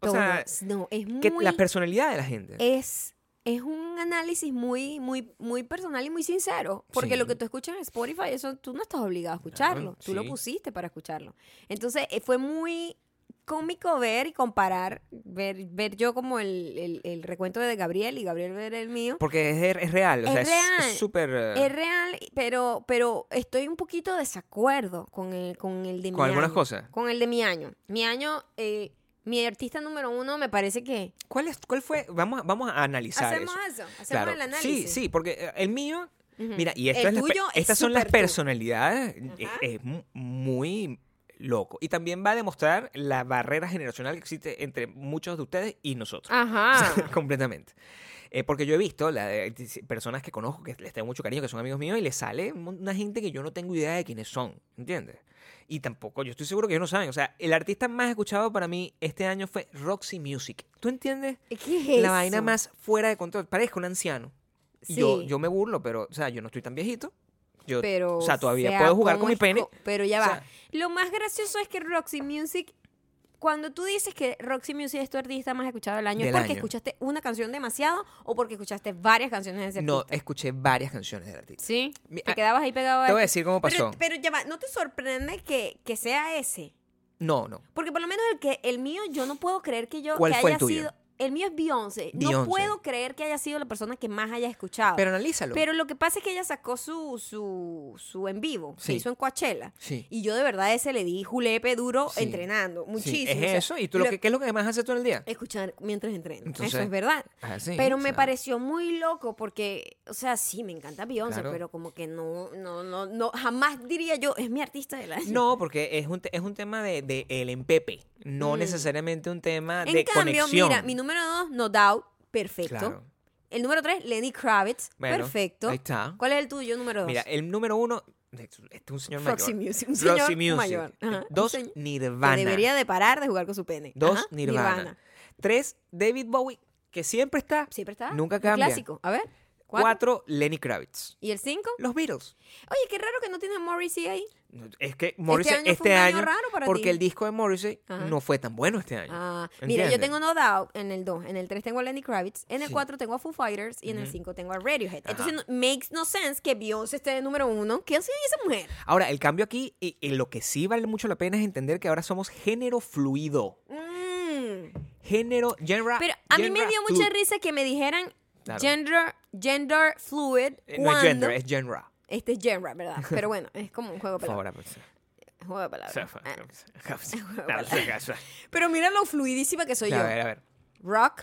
B: o
A: Todo.
B: sea,
A: no, es muy...
B: que la personalidad de la gente.
A: es, es un análisis muy, muy, muy personal y muy sincero. Porque
B: Sí.
A: lo que tú escuchas en Spotify, eso tú no estás obligado a escucharlo. tú lo
B: sí.
A: pusiste para escucharlo. Entonces, eh, fue muy cómico ver y comparar, ver, ver yo como el, el- el recuento de Gabriel y Gabriel ver el mío.
B: porque es, es real, o
A: Es
B: sea, es- es
A: real.
B: súper... eh,
A: Es real, pero, pero estoy un poquito desacuerdo con el, con el de mi
B: Con algunas
A: año.
B: cosas.
A: Con el de mi año. Mi año, eh, mi artista número uno me parece que...
B: ¿Cuál, es, ¿Cuál fue? Vamos, a- vamos a analizar
A: Hacemos
B: eso.
A: eso, hacemos el análisis.
B: Sí, sí, porque eh, el mío,
A: Ujú.
B: mira, y esto
A: El
B: es las pe-
A: tuyo es
B: estas son las
A: súper tú.
B: personalidades, es,
A: Ajá.
B: es mu- muy loco. Y también va a demostrar la barrera generacional que existe entre muchos de ustedes y nosotros.
A: Ajá.
B: Completamente. Eh, porque yo he visto la de- personas que conozco, que les tengo mucho cariño, que son amigos míos, y les sale un mon- una gente que yo no tengo idea de quiénes son, ¿entiendes? Y tampoco, yo estoy seguro que ellos no saben. O sea, el artista más escuchado para mí este año fue Roxy Music. ¿Tú entiendes?
A: ¿Qué es eso?
B: la vaina más fuera de control. Parezco un anciano. Y Yo,
A: Sí,
B: yo me burlo, pero, o sea, yo no estoy tan viejito. Yo,
A: pero
B: o sea, todavía
A: sea
B: puedo jugar
A: como
B: con mi
A: es
B: pene.
A: co- Pero ya
B: O
A: va.
B: sea-
A: Lo más gracioso es que Roxy Music, cuando tú dices que Roxy Music es tu artista más escuchado del año,
B: Del
A: ¿es porque
B: año.
A: escuchaste una canción demasiado o porque escuchaste varias canciones de ese
B: No,
A: artista?
B: escuché varias canciones del artista.
A: ¿Sí?
B: Mi-
A: Te
B: ah,
A: quedabas ahí pegado a
B: Te voy a
A: este.
B: decir cómo pasó.
A: Pero, pero ya va, ¿no te sorprende que, que sea ese?
B: no, no.
A: Porque por lo menos el que el mío, yo no puedo creer que yo
B: ¿Cuál
A: que
B: fue el
A: haya
B: tuyo?
A: sido. El mío es Beyoncé. No
B: Beyoncé.
A: puedo creer que haya sido la persona que más haya escuchado.
B: Pero analízalo.
A: Ah. Pero lo que pasa es que ella sacó su, su, su en vivo, que
B: Sí.
A: hizo en Coachella.
B: Sí.
A: Y yo de verdad ese le di julepe duro
B: Sí.
A: entrenando,
B: Sí,
A: muchísimo.
B: es
A: o sea,
B: eso. ¿Y tú lo, que, qué es lo que más haces tú en el día?
A: Escuchar mientras entreno.
B: Entonces,
A: eso es verdad.
B: ah, sí,
A: pero
B: o
A: me
B: sea.
A: pareció muy loco porque, o sea, sí, me encanta Beyoncé,
B: Claro.
A: pero como que no, no, no, no, jamás diría yo, es mi artista del año.
B: No, porque es un, te- es un tema de, de el empepe, no necesariamente un tema
A: Mm. en
B: de
A: cambio,
B: conexión.
A: mira, mi número dos, No Doubt, perfecto.
B: Claro.
A: El número tres, Lenny Kravitz,
B: Bueno,
A: perfecto.
B: ahí está.
A: ¿Cuál es el tuyo, número dos?
B: Mira, el número uno, este es un señor
A: Roxy
B: mayor.
A: Music, un
B: Roxy
A: señor
B: Music.
A: mayor. Ajá, un
B: Dos,
A: señor que
B: Nirvana.
A: Que debería de parar de jugar con su pene.
B: Dos,
A: Ajá,
B: Nirvana. Tres, David Bowie, que siempre está.
A: Siempre está.
B: Nunca
A: un
B: cambia.
A: Clásico. A ver. Cuatro.
B: Cuatro, Lenny Kravitz.
A: ¿Y el cinco?
B: Los Beatles.
A: Oye, qué raro que no tiene a Morrissey ahí.
B: No, Es que Morrissey
A: año
B: este
A: fue un
B: año,
A: año raro para
B: porque
A: ti.
B: el disco de Morrissey
A: Ajá.
B: no fue tan bueno este año.
A: Ah, mira, yo
B: ¿entiendes?
A: tengo No Doubt en el 2, en el 3 tengo a Lenny Kravitz, en el
B: Sí.
A: 4 tengo a Foo Fighters y en el 5 tengo a Radiohead.
B: Ajá.
A: Entonces, no- makes no sense que Beyoncé esté de número 1. ¿Qué hace esa mujer?
B: Ahora, el cambio aquí, y, y lo que sí vale mucho la pena es entender que ahora somos género fluido.
A: Mm.
B: Género, genre.
A: Pero a mí me
B: genre
A: dio
B: flu-
A: mucha risa que me dijeran
B: Claro.
A: gender, gender fluid
B: Eh, No
A: cuando...
B: es genre, es genre.
A: Este es genre, ¿verdad? Pero bueno, eh, es como un juego de
B: Por
A: palabras.
B: favor, pues,
A: Juego de palabras. Ah.
B: nada, se caso.
A: Pero mira lo fluidísima que soy
B: A
A: yo.
B: ver, a ver.
A: Rock,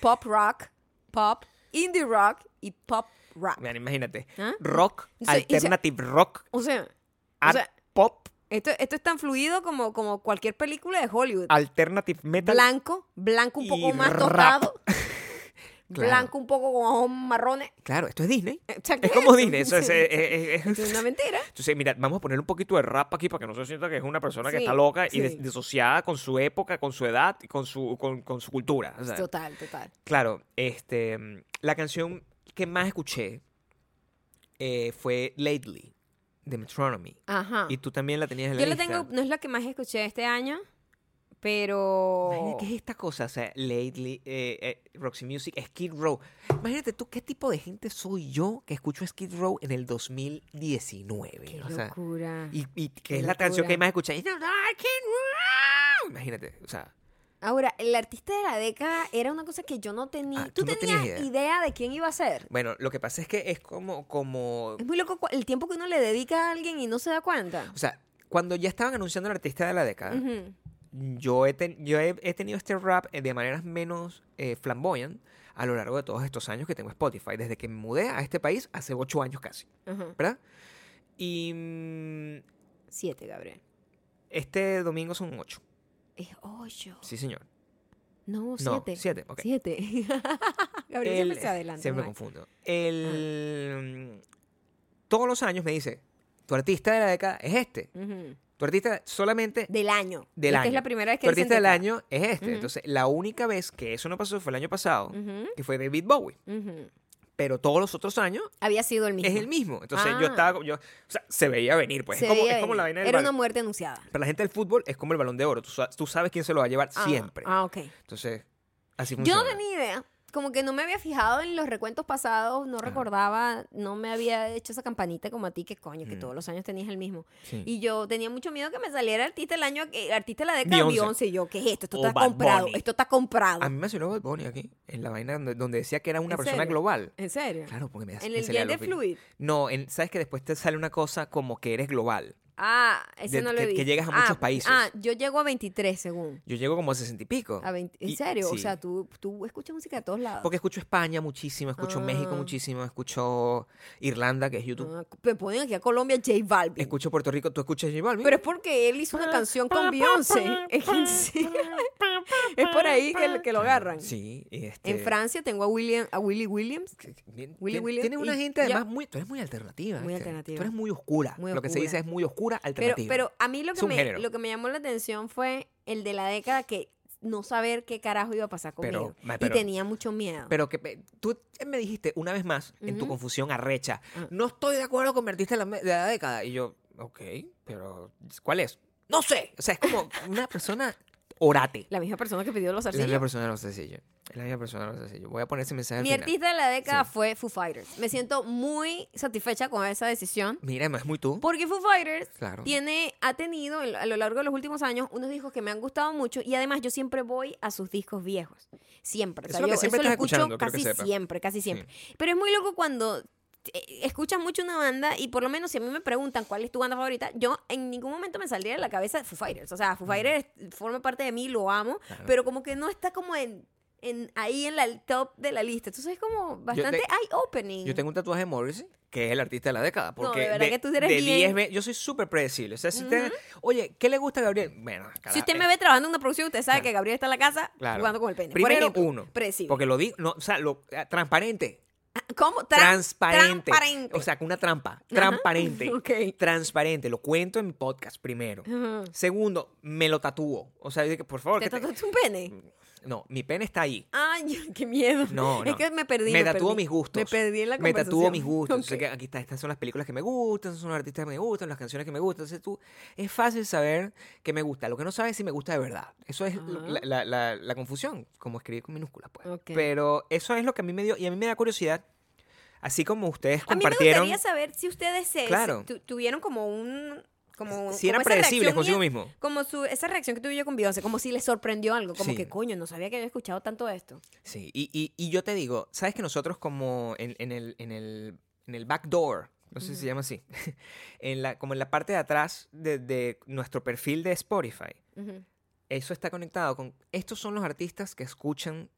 A: pop rock, pop, indie rock y pop rock.
B: Mira, imagínate.
A: ¿Ah?
B: Rock,
A: Y se- y se-
B: alternative rock,
A: O sea,
B: art
A: sea-
B: pop,
A: esto, esto es tan fluido como, como cualquier película de Hollywood.
B: alternative metal.
A: Blanco, blanco un
B: Ah, Y
A: poco más
B: rap.
A: tostado.
B: Claro.
A: Blanco un poco con ojos marrones.
B: Claro, esto es Disney.
A: O sea, ¿qué
B: Es como
A: eso?
B: Disney. Eso es,
A: Sí.
B: eh, eh, eh,
A: Es una mentira.
B: Entonces, mira, vamos a poner un poquito de rap aquí para que no se sienta que es una persona que
A: Sí,
B: está loca
A: sí.
B: y des- disociada con su época, con su edad y con su, con, con su cultura. o sea.
A: Total, total.
B: claro, este, mm, la canción que más escuché eh, fue Lately, de Metronomy.
A: Ajá.
B: Y tú también la tenías en la
A: Ah. Yo la
B: lista.
A: tengo, no es la que más escuché este año, pero...
B: Imagínate, ¿Qué es esta cosa? O sea, Lately, eh, eh, Roxy Music, Skid Row. Imagínate tú, ¿qué tipo de gente soy yo que escucho Skid Row en el 2019?
A: Qué
B: O sea,
A: locura.
B: y, y
A: Qué
B: que es la canción
A: locura.
B: que más escuché. Y no, no, I can't roll. Imagínate, o sea,
A: Ahora, el artista de la década era una cosa que yo no tenía.
B: Ah,
A: ¿Tú,
B: tú no
A: tenías idea.
B: tenías idea.
A: de quién iba a ser?
B: bueno, lo que pasa es que es como, como,
A: Es muy loco cu- el tiempo que uno le dedica a alguien y no se da cuenta.
B: o sea, cuando ya estaban anunciando al artista de la década,
A: Ujú.
B: yo, he ten- yo he, he tenido este rap eh, de maneras menos eh, flamboyant a lo largo de todos estos años que tengo Spotify, desde que me mudé a este país hace ocho años casi,
A: Ajá.
B: ¿verdad? Y mm,
A: Siete, Gabriel.
B: este domingo son ocho,
A: Es ocho.
B: sí señor.
A: No,
B: No,
A: Oh, siete.
B: siete, ok.
A: Siete. Gabriel
B: El-
A: siempre se adelanta.
B: Siempre me
A: Max.
B: confundo. El, mm, todos los años me dice, tu artista de la década es este.
A: Ujú.
B: Tu artista solamente
A: Del año.
B: del
A: Esta
B: año.
A: es la primera vez que
B: tu
A: dicen
B: artista del
A: década.
B: año es este. Entonces, la única vez que eso no pasó fue el año pasado, que fue David Bowie.
A: Ujú.
B: Pero todos los otros años
A: Había sido el mismo.
B: es el mismo. Entonces, yo
A: Ah.
B: estaba como- yo, o sea, se veía venir, pues.
A: Se
B: es, como,
A: veía
B: es como la
A: venir.
B: vaina del
A: Era
B: balón.
A: una muerte anunciada.
B: Para la gente del fútbol es como el balón de oro. Tú, sa- tú sabes quién se lo va a llevar
A: Ah,
B: siempre.
A: Ah, ok.
B: Entonces, así
A: Yo
B: funciona.
A: no tenía idea. Como que no me había fijado en los recuentos pasados, no recordaba, no me había hecho esa campanita como a ti, que coño,
B: Mm.
A: que todos los años tenías el mismo.
B: Sí.
A: Y yo tenía mucho miedo que me saliera artista el año, eh, artista de la década de
B: Beyoncé.
A: 11 Y yo, ¿qué es esto? Esto
B: O
A: está
B: Bad
A: comprado,
B: Bunny.
A: esto está comprado.
B: A mí me salió Bad Bunny aquí, en la vaina donde, donde decía que era una
A: ¿En
B: persona
A: serio?
B: global.
A: ¿En serio?
B: Claro, porque me
A: En
B: me
A: el
B: salía
A: gender
B: lo-
A: fluid.
B: No, en- sabes que después te sale una cosa como que eres global.
A: Ah, ese
B: de-
A: no lo he
B: que- que
A: visto.
B: llegas a
A: Ah,
B: muchos países.
A: Ah, yo llego a 23 según.
B: Yo llego como a 60 y pico.
A: A 20
B: Y-
A: ¿En serio? O
B: sí.
A: sea, tú, tú escuchas música de todos lados.
B: Porque escucho España muchísimo, escucho México
A: Ah.
B: muchísimo, escucho Irlanda, que es YouTube.
A: Ah, me ponen aquí a Colombia J Balvin.
B: Escucho Puerto Rico, tú escuchas J Balvin.
A: Pero es porque él hizo una canción con Beyoncé. Es, que sí. Es por ahí que, que lo agarran.
B: Sí, y este...
A: En Francia tengo a, William, a Willy Williams.
B: que- que- bien-
A: Willy
B: tien-
A: Williams
B: Tienes una
A: y-
B: gente
A: y ya.
B: además muy... Tú eres muy alternativa.
A: Muy
B: ¿viste?
A: alternativa.
B: Tú eres muy oscura.
A: Muy
B: Lo que se
A: oscura.
B: dice es muy oscura,
A: Pero,
B: alternativa.
A: pero a mí lo
B: Es
A: que,
B: un
A: me,
B: género.
A: lo que me llamó la atención fue el de la década que no saber qué carajo iba a pasar
B: Pero,
A: conmigo.
B: ma-
A: y
B: pero-
A: tenía mucho miedo.
B: Pero que pe- tú me dijiste una vez más, en tu confusión arrecha,
A: Ah.
B: no estoy de acuerdo con mi artista de la, me- de la década. Y yo, ok, pero ¿cuál es? No sé. O sea, es como una persona orate.
A: la misma persona que pidió los
B: Es la misma
A: arcillos.
B: persona de los sencillos. Es la misma persona de los sencillos. Voy a poner ese mensaje al
A: Mi
B: final.
A: artista de la década
B: Sí.
A: fue Foo Fighters. Me siento muy satisfecha con esa decisión.
B: Mira, es muy tú.
A: Porque Foo Fighters
B: Claro.
A: tiene, ha tenido en- a lo largo de los últimos años unos discos que me han gustado mucho y además yo siempre voy a sus discos viejos. Siempre. O
B: Eso
A: sea,
B: es lo que
A: yo
B: siempre
A: eso lo
B: estás
A: escucho
B: escuchando, creo que
A: casi
B: sepa.
A: siempre, casi siempre. Pero es muy loco cuando eh, escuchas mucho una banda y por lo menos si a mí me preguntan cuál es tu banda favorita, yo en ningún momento me saldría de la cabeza Foo Fighters. O sea, Foo Fighters forma parte de mí, lo amo,
B: Claro.
A: pero como que no está como en, en- ahí en la el top de la lista. Entonces es como bastante
B: te-
A: eye-opening.
B: Yo tengo un tatuaje de Morrissey, que es el artista de la década. Porque
A: de verdad que tú eres
B: de
A: bien-
B: 10 ve- yo soy súper predecible. O sea, si usted- oye, ¿qué le gusta a Gabriel? Bueno, eh,
A: Si usted me ve trabajando en una producción, usted sabe que Gabriel está en la casa
B: Claro.
A: jugando con el pene.
B: Primero
A: Por ejemplo,
B: uno.
A: predecible.
B: Porque lo digo, no, o sea, lo, eh, transparente.
A: Ah, ¿Cómo? Tran-
B: transparente.
A: transparente.
B: O sea, con una trampa. Transparente.
A: Ok.
B: Transparente. Lo cuento en mi podcast primero.
A: Ajá.
B: Segundo, me lo tatúo. O sea, yo digo, por favor.
A: ¿Te
B: que te-
A: tatuaste un pene?
B: No, mi pene está ahí.
A: Ay, qué miedo.
B: No,
A: Es
B: no.
A: que me perdí.
B: Me,
A: me
B: tatúo
A: perdí.
B: mis gustos.
A: Me perdí en la
B: Me
A: conversación.
B: tatúo mis gustos. Entonces,
A: Ok.
B: que aquí está, estas son las películas que me gustan, estos son los artistas que me gustan, las canciones que me gustan. Entonces tú, es fácil saber que me gusta. Lo que no sabes es si me gusta de verdad. Eso es lo-
A: Ajá.
B: la, la- la- la confusión, como escribir con minúsculas, pues.
A: Ah. Ok.
B: Pero eso es lo que a mí me dio, y a mí me da curiosidad, así como ustedes
A: A mí me
B: compartieron.
A: gustaría saber si ustedes se,
B: Claro.
A: se tu- tuvieron como un... Como,
B: Si eran
A: como esa
B: predecibles
A: reacción
B: consigo
A: y-
B: mismo.
A: Como su, esa reacción que tuve yo con Beyoncé, como si les sorprendió algo. Como
B: Sí.
A: que, coño, no sabía que había escuchado tanto esto.
B: Sí, y, y- y yo te digo, ¿sabes que nosotros como en, en el, en el, en el backdoor, no sé si se llama así, en la, como en la parte de atrás de, de nuestro perfil de Spotify,
A: Ujú.
B: eso está conectado con, estos son los artistas que escuchan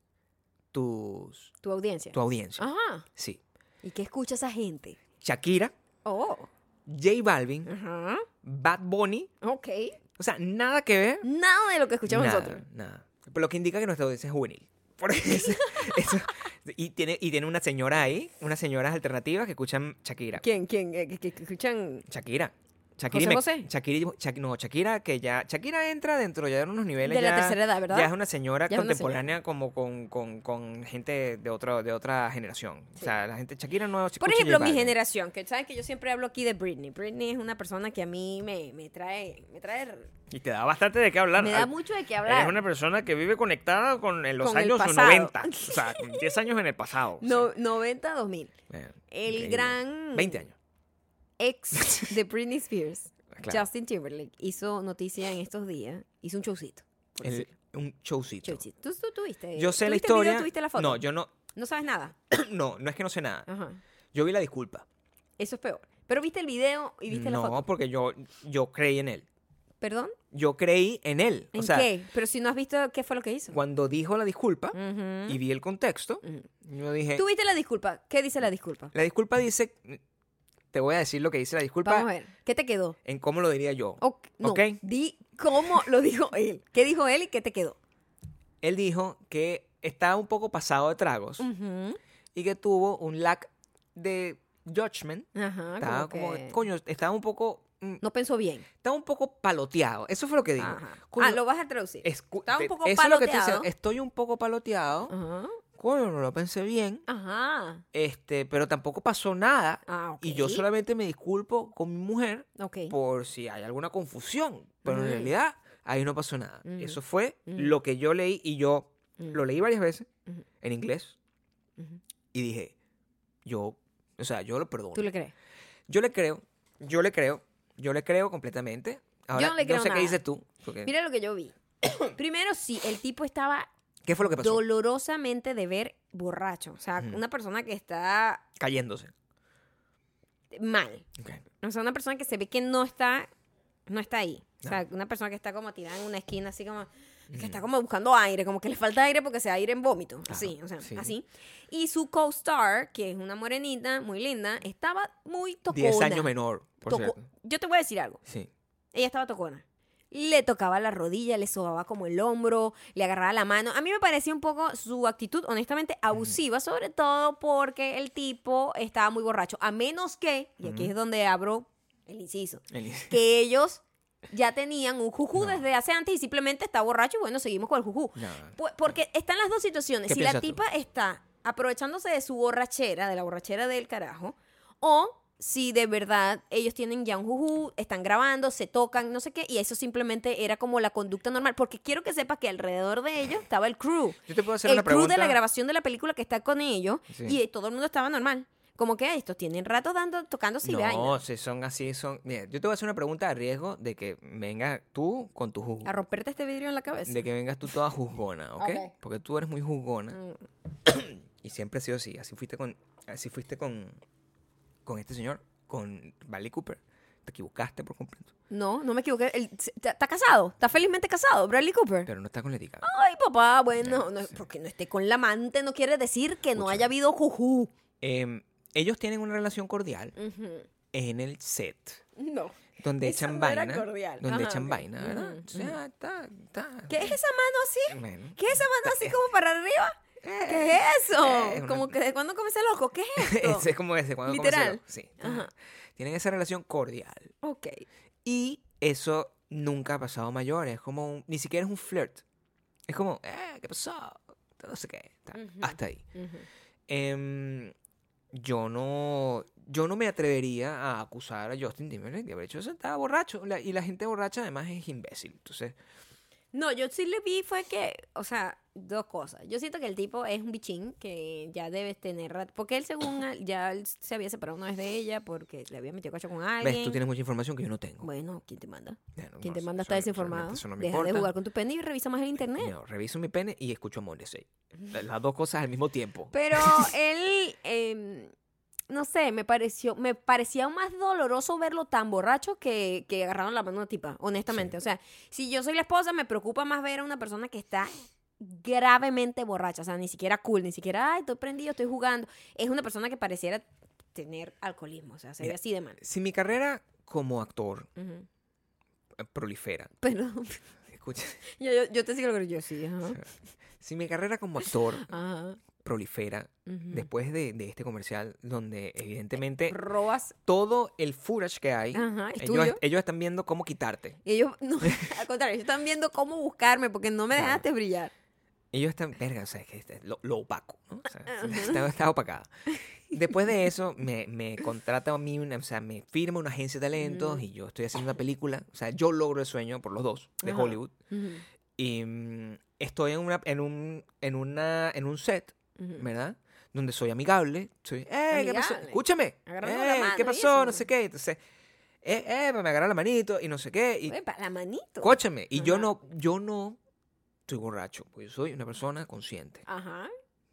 B: tus,
A: Tu audiencia.
B: tu audiencia.
A: Ajá.
B: Sí.
A: ¿Y qué escucha esa gente?
B: Shakira,
A: Oh.
B: J Balvin,
A: Ajá.
B: Bad Bunny,
A: Ok.
B: o sea, nada que ver.
A: Nada de lo que escuchamos
B: nada,
A: nosotros.
B: Nada. Pero lo que indica que nuestra audiencia es juvenil. Porque eso- eso- y, tiene, y tiene una señora ahí, unas señoras alternativas que escuchan Shakira.
A: ¿Quién? ¿Quién? Eh, que, que- que escuchan?
B: Shakira. Shakira y
A: ¿José
B: me-
A: José?
B: Shakira y- Shak- no, Shakira que ya. Shakira entra dentro ya de unos niveles.
A: De la
B: ya-
A: tercera edad, ¿verdad?
B: Ya es una señora
A: Ya es una
B: contemporánea como con, con- con gente de, otro, de otra generación. O sea, la gente Shakira no.
A: Por ejemplo, mi generación, que sabes que yo siempre hablo aquí de Britney. Britney es una persona que a mí me, me trae, me trae,
B: Y te da bastante de qué hablar.
A: me
B: Ah,
A: da mucho de qué hablar.
B: Eres una persona que vive conectada con en los
A: Con el
B: años
A: pasado.
B: 90. O sea, con 10 años en el pasado. o sea,
A: No- 90 2000.
B: eh,
A: El
B: increíble.
A: gran
B: 20 años.
A: ex de Britney Spears,
B: Claro.
A: Justin Timberlake, hizo noticia en estos días, hizo un showcito. por
B: El-
A: decirlo.
B: un showcito.
A: Showcito. ¿Tú, tú tuviste?
B: Yo sé
A: ¿tuviste
B: la
A: el video,
B: historia.
A: ¿Tuviste la foto? Ah.
B: No, yo no.
A: No sabes nada.
B: No, no es que no sé nada.
A: Ajá.
B: Yo vi la disculpa.
A: Eso es peor. Pero viste el video y viste la
B: no,
A: foto.
B: porque yo, yo creí en él.
A: ¿Perdón?
B: Yo creí en él.
A: ¿En
B: o sea,
A: qué? Pero si no has visto qué fue lo que hizo.
B: cuando dijo la disculpa
A: Ujú.
B: y vi el contexto, yo dije,
A: Tú viste la disculpa. ¿Qué dice la disculpa?
B: la disculpa dice, te voy a decir lo que dice la disculpa
A: Vamos a ver. Oh. ¿Qué te quedó?
B: en cómo lo diría yo.
A: O- no,
B: ¿Ok?
A: Di cómo lo dijo él. ¿Qué dijo él y qué te quedó?
B: Él dijo que estaba un poco pasado de tragos y que tuvo un lack de judgment.
A: Ajá,
B: Estaba
A: Ah, como
B: como,
A: que
B: coño, estaba un poco, mm,
A: No pensó bien.
B: estaba un poco paloteado. Eso fue lo que dijo.
A: Ajá.
B: Coño,
A: ah, lo vas a traducir.
B: escu-
A: Estaba
B: te-
A: un poco
B: eso es lo que estoy
A: paloteado. Ah.
B: diciendo. Estoy un poco paloteado.
A: Ajá.
B: Coño, no lo pensé bien.
A: Ajá.
B: Este, pero tampoco pasó nada.
A: Ah, ok.
B: Y yo solamente me disculpo con mi mujer
A: Ok. Mm.
B: por si hay alguna confusión. Pero
A: Ujú.
B: en realidad ahí no pasó nada.
A: Ujú.
B: Eso fue
A: Ujú.
B: lo que yo leí y yo
A: Ujú.
B: lo leí varias veces
A: Mm. Ujú.
B: en inglés
A: Ujú.
B: y dije, yo, o sea, yo lo perdono.
A: ¿Tú le crees?
B: Yo le creo, yo le creo, yo le creo completamente. Ahora,
A: no le creo
B: sé
A: nada.
B: qué dices tú. porque-
A: Mira lo que yo vi. Primero, sí, el tipo estaba
B: ¿Qué fue lo que pasó?
A: dolorosamente de ver borracho. O sea,
B: Ujú.
A: una persona que está
B: Cayéndose.
A: mal.
B: Ok.
A: O sea, una persona que se ve que no está, no está ahí. O sea, una persona que está como tirada en una esquina, así como, que está como buscando aire, como que le falta aire porque se da aire en vómito. así, o sea,
B: sí.
A: así. Y su co-star, que es una morenita muy linda, estaba muy tocona.
B: Diez años menor, por
A: Toco-
B: cierto.
A: Yo te voy a decir algo.
B: Sí.
A: Ella estaba tocona. Le tocaba la rodilla, le sobaba como el hombro, le agarraba la mano. A mí me parecía un poco su actitud, honestamente, abusiva, sobre todo porque el tipo estaba muy borracho. A menos que, y aquí es donde abro el inciso,
B: Eli.
A: que ellos ya tenían un jujú desde hace antes y simplemente está borracho y bueno, seguimos con el jujú.
B: No.
A: Pu- Porque están las dos situaciones.
B: ¿Qué
A: Si la
B: piensas tú?
A: tipa está aprovechándose de su borrachera, de la borrachera del carajo, o si de verdad ellos tienen ya un jujú, están grabando, se tocan, no sé qué, y eso simplemente era como la conducta normal. Porque quiero que sepas que alrededor de ellos estaba el crew.
B: Yo te puedo hacer
A: el
B: una
A: crew
B: pregunta.
A: de la grabación de la película que está con ellos
B: Sí.
A: y todo el mundo estaba normal. Como que "Ay, estos tienen rato dando, tocándose y vaina".
B: No, si son así, son. Mira, yo te voy a hacer una pregunta a riesgo de que vengas tú con tu jugo.
A: A romperte este vidrio en la cabeza.
B: De que vengas tú toda juzgona, ¿ok?
A: Ok. Mm.
B: Porque tú eres muy juzgona. y siempre ha sido así. Así fuiste con. Así fuiste con. Con este señor, con Bradley Cooper. Te equivocaste por completo.
A: No, no me equivoqué. Él se- ta- Está casado, está felizmente casado, Bradley Cooper.
B: Pero no está con Lady Gaga.
A: Ay, papá, bueno,
B: Ya,
A: no,
B: sí.
A: porque no esté con la amante no quiere decir que no haya habido jujú.
B: Em, ellos tienen una relación cordial en el set.
A: No.
B: Donde
A: Esa
B: echan
A: no era
B: vaina.
A: cordial.
B: Donde
A: Ajá,
B: echan
A: ok.
B: vaina, ¿verdad?
A: Ujú,
B: O sea, está. está-
A: ¿Qué es esa mano así?
B: Bueno.
A: ¿Qué es esa mano así como para arriba? ¿Qué es
B: eh,
A: eso?
B: una-
A: Como que de cuándo comencé loco, ¿qué es esto?
B: Ese es como ese, cuando comes
A: Literal.
B: helado. Sí.
A: Ajá.
B: Tienen esa relación cordial.
A: Ok.
B: Y eso nunca ha pasado a mayores. Es como un- ni siquiera es un flirt. Es como, eh, ¿qué pasó? No sé qué. tal.
A: Ujú.
B: Hasta ahí. Em, yo no. Yo no me atrevería a acusar a Justin Timberlake de haber hecho eso. Estaba borracho. La- y la gente borracha además es imbécil. Entonces,
A: No, yo sí le vi fue que, o sea, dos cosas. Yo siento que el tipo es un bichín que ya debes tener rat- porque él según al- ya él se había separado una vez de ella porque le había metido cacho con alguien.
B: ves, tú tienes mucha información que yo no tengo.
A: Bueno, ¿quién te manda?
B: Bueno,
A: ¿Quién
B: no,
A: te
B: eso-
A: manda
B: eso-
A: está
B: eso-
A: desinformado?
B: eso no me
A: Deja de
B: importa.
A: jugar con tu pene y revisa más el internet.
B: No, reviso mi pene y escucho a Morrissey. La- Las dos cosas al mismo tiempo.
A: Pero él, eh, no sé, me pareció, me parecía más doloroso verlo tan borracho que, que agarraron la mano de tipa, honestamente. O sea, si yo soy la esposa, me preocupa más ver a una persona que está gravemente borracha. O sea, ni siquiera cool, ni siquiera, ay, estoy prendido, estoy jugando. Es una persona que pareciera tener alcoholismo, o sea, se ve
B: Mira.
A: así de mal.
B: Si mi carrera como actor
A: Ujú.
B: eh, prolifera,
A: Pero
B: escucha,
A: yo, yo, yo te sigo lo que yo sí. ajá.
B: si mi carrera como actor
A: Ajá,
B: prolifera
A: ujú.
B: después de, de este comercial donde evidentemente
A: Robas
B: todo el footage que hay,
A: Ajá, es
B: ellos,
A: Ah, tuyo.
B: ellos están viendo cómo quitarte.
A: Y ellos, no, al contrario, ellos están viendo cómo buscarme porque no me
B: Claro.
A: dejaste brillar.
B: Ellos están, verga, o sea, es que este- lo, lo opaco, ¿no? O sea, está, está opacada. Después de eso, me, me contrata a mí, una- o sea, me firma una agencia de talentos y yo estoy haciendo una película. O sea, yo logro el sueño por los dos de
A: Ajá.
B: Hollywood. Y mm, estoy en, una, en, un, en, una, en un set,
A: Ujú.
B: ¿verdad? Donde soy amigable. Soy, ¡eh, qué pasó!
A: Amigable.
B: ¡Escúchame!
A: Agarrando la
B: ¡Eh,
A: mano
B: qué
A: y
B: pasó!
A: eso.
B: No sé qué. Entonces, ¡eh, eh! Me agarra la manito y no sé qué. Y,
A: Epa, la manito.
B: ¡cóchame! Y
A: pues,
B: yo
A: Ajá.
B: no, yo no estoy borracho, porque yo soy una persona consciente,
A: Ajá.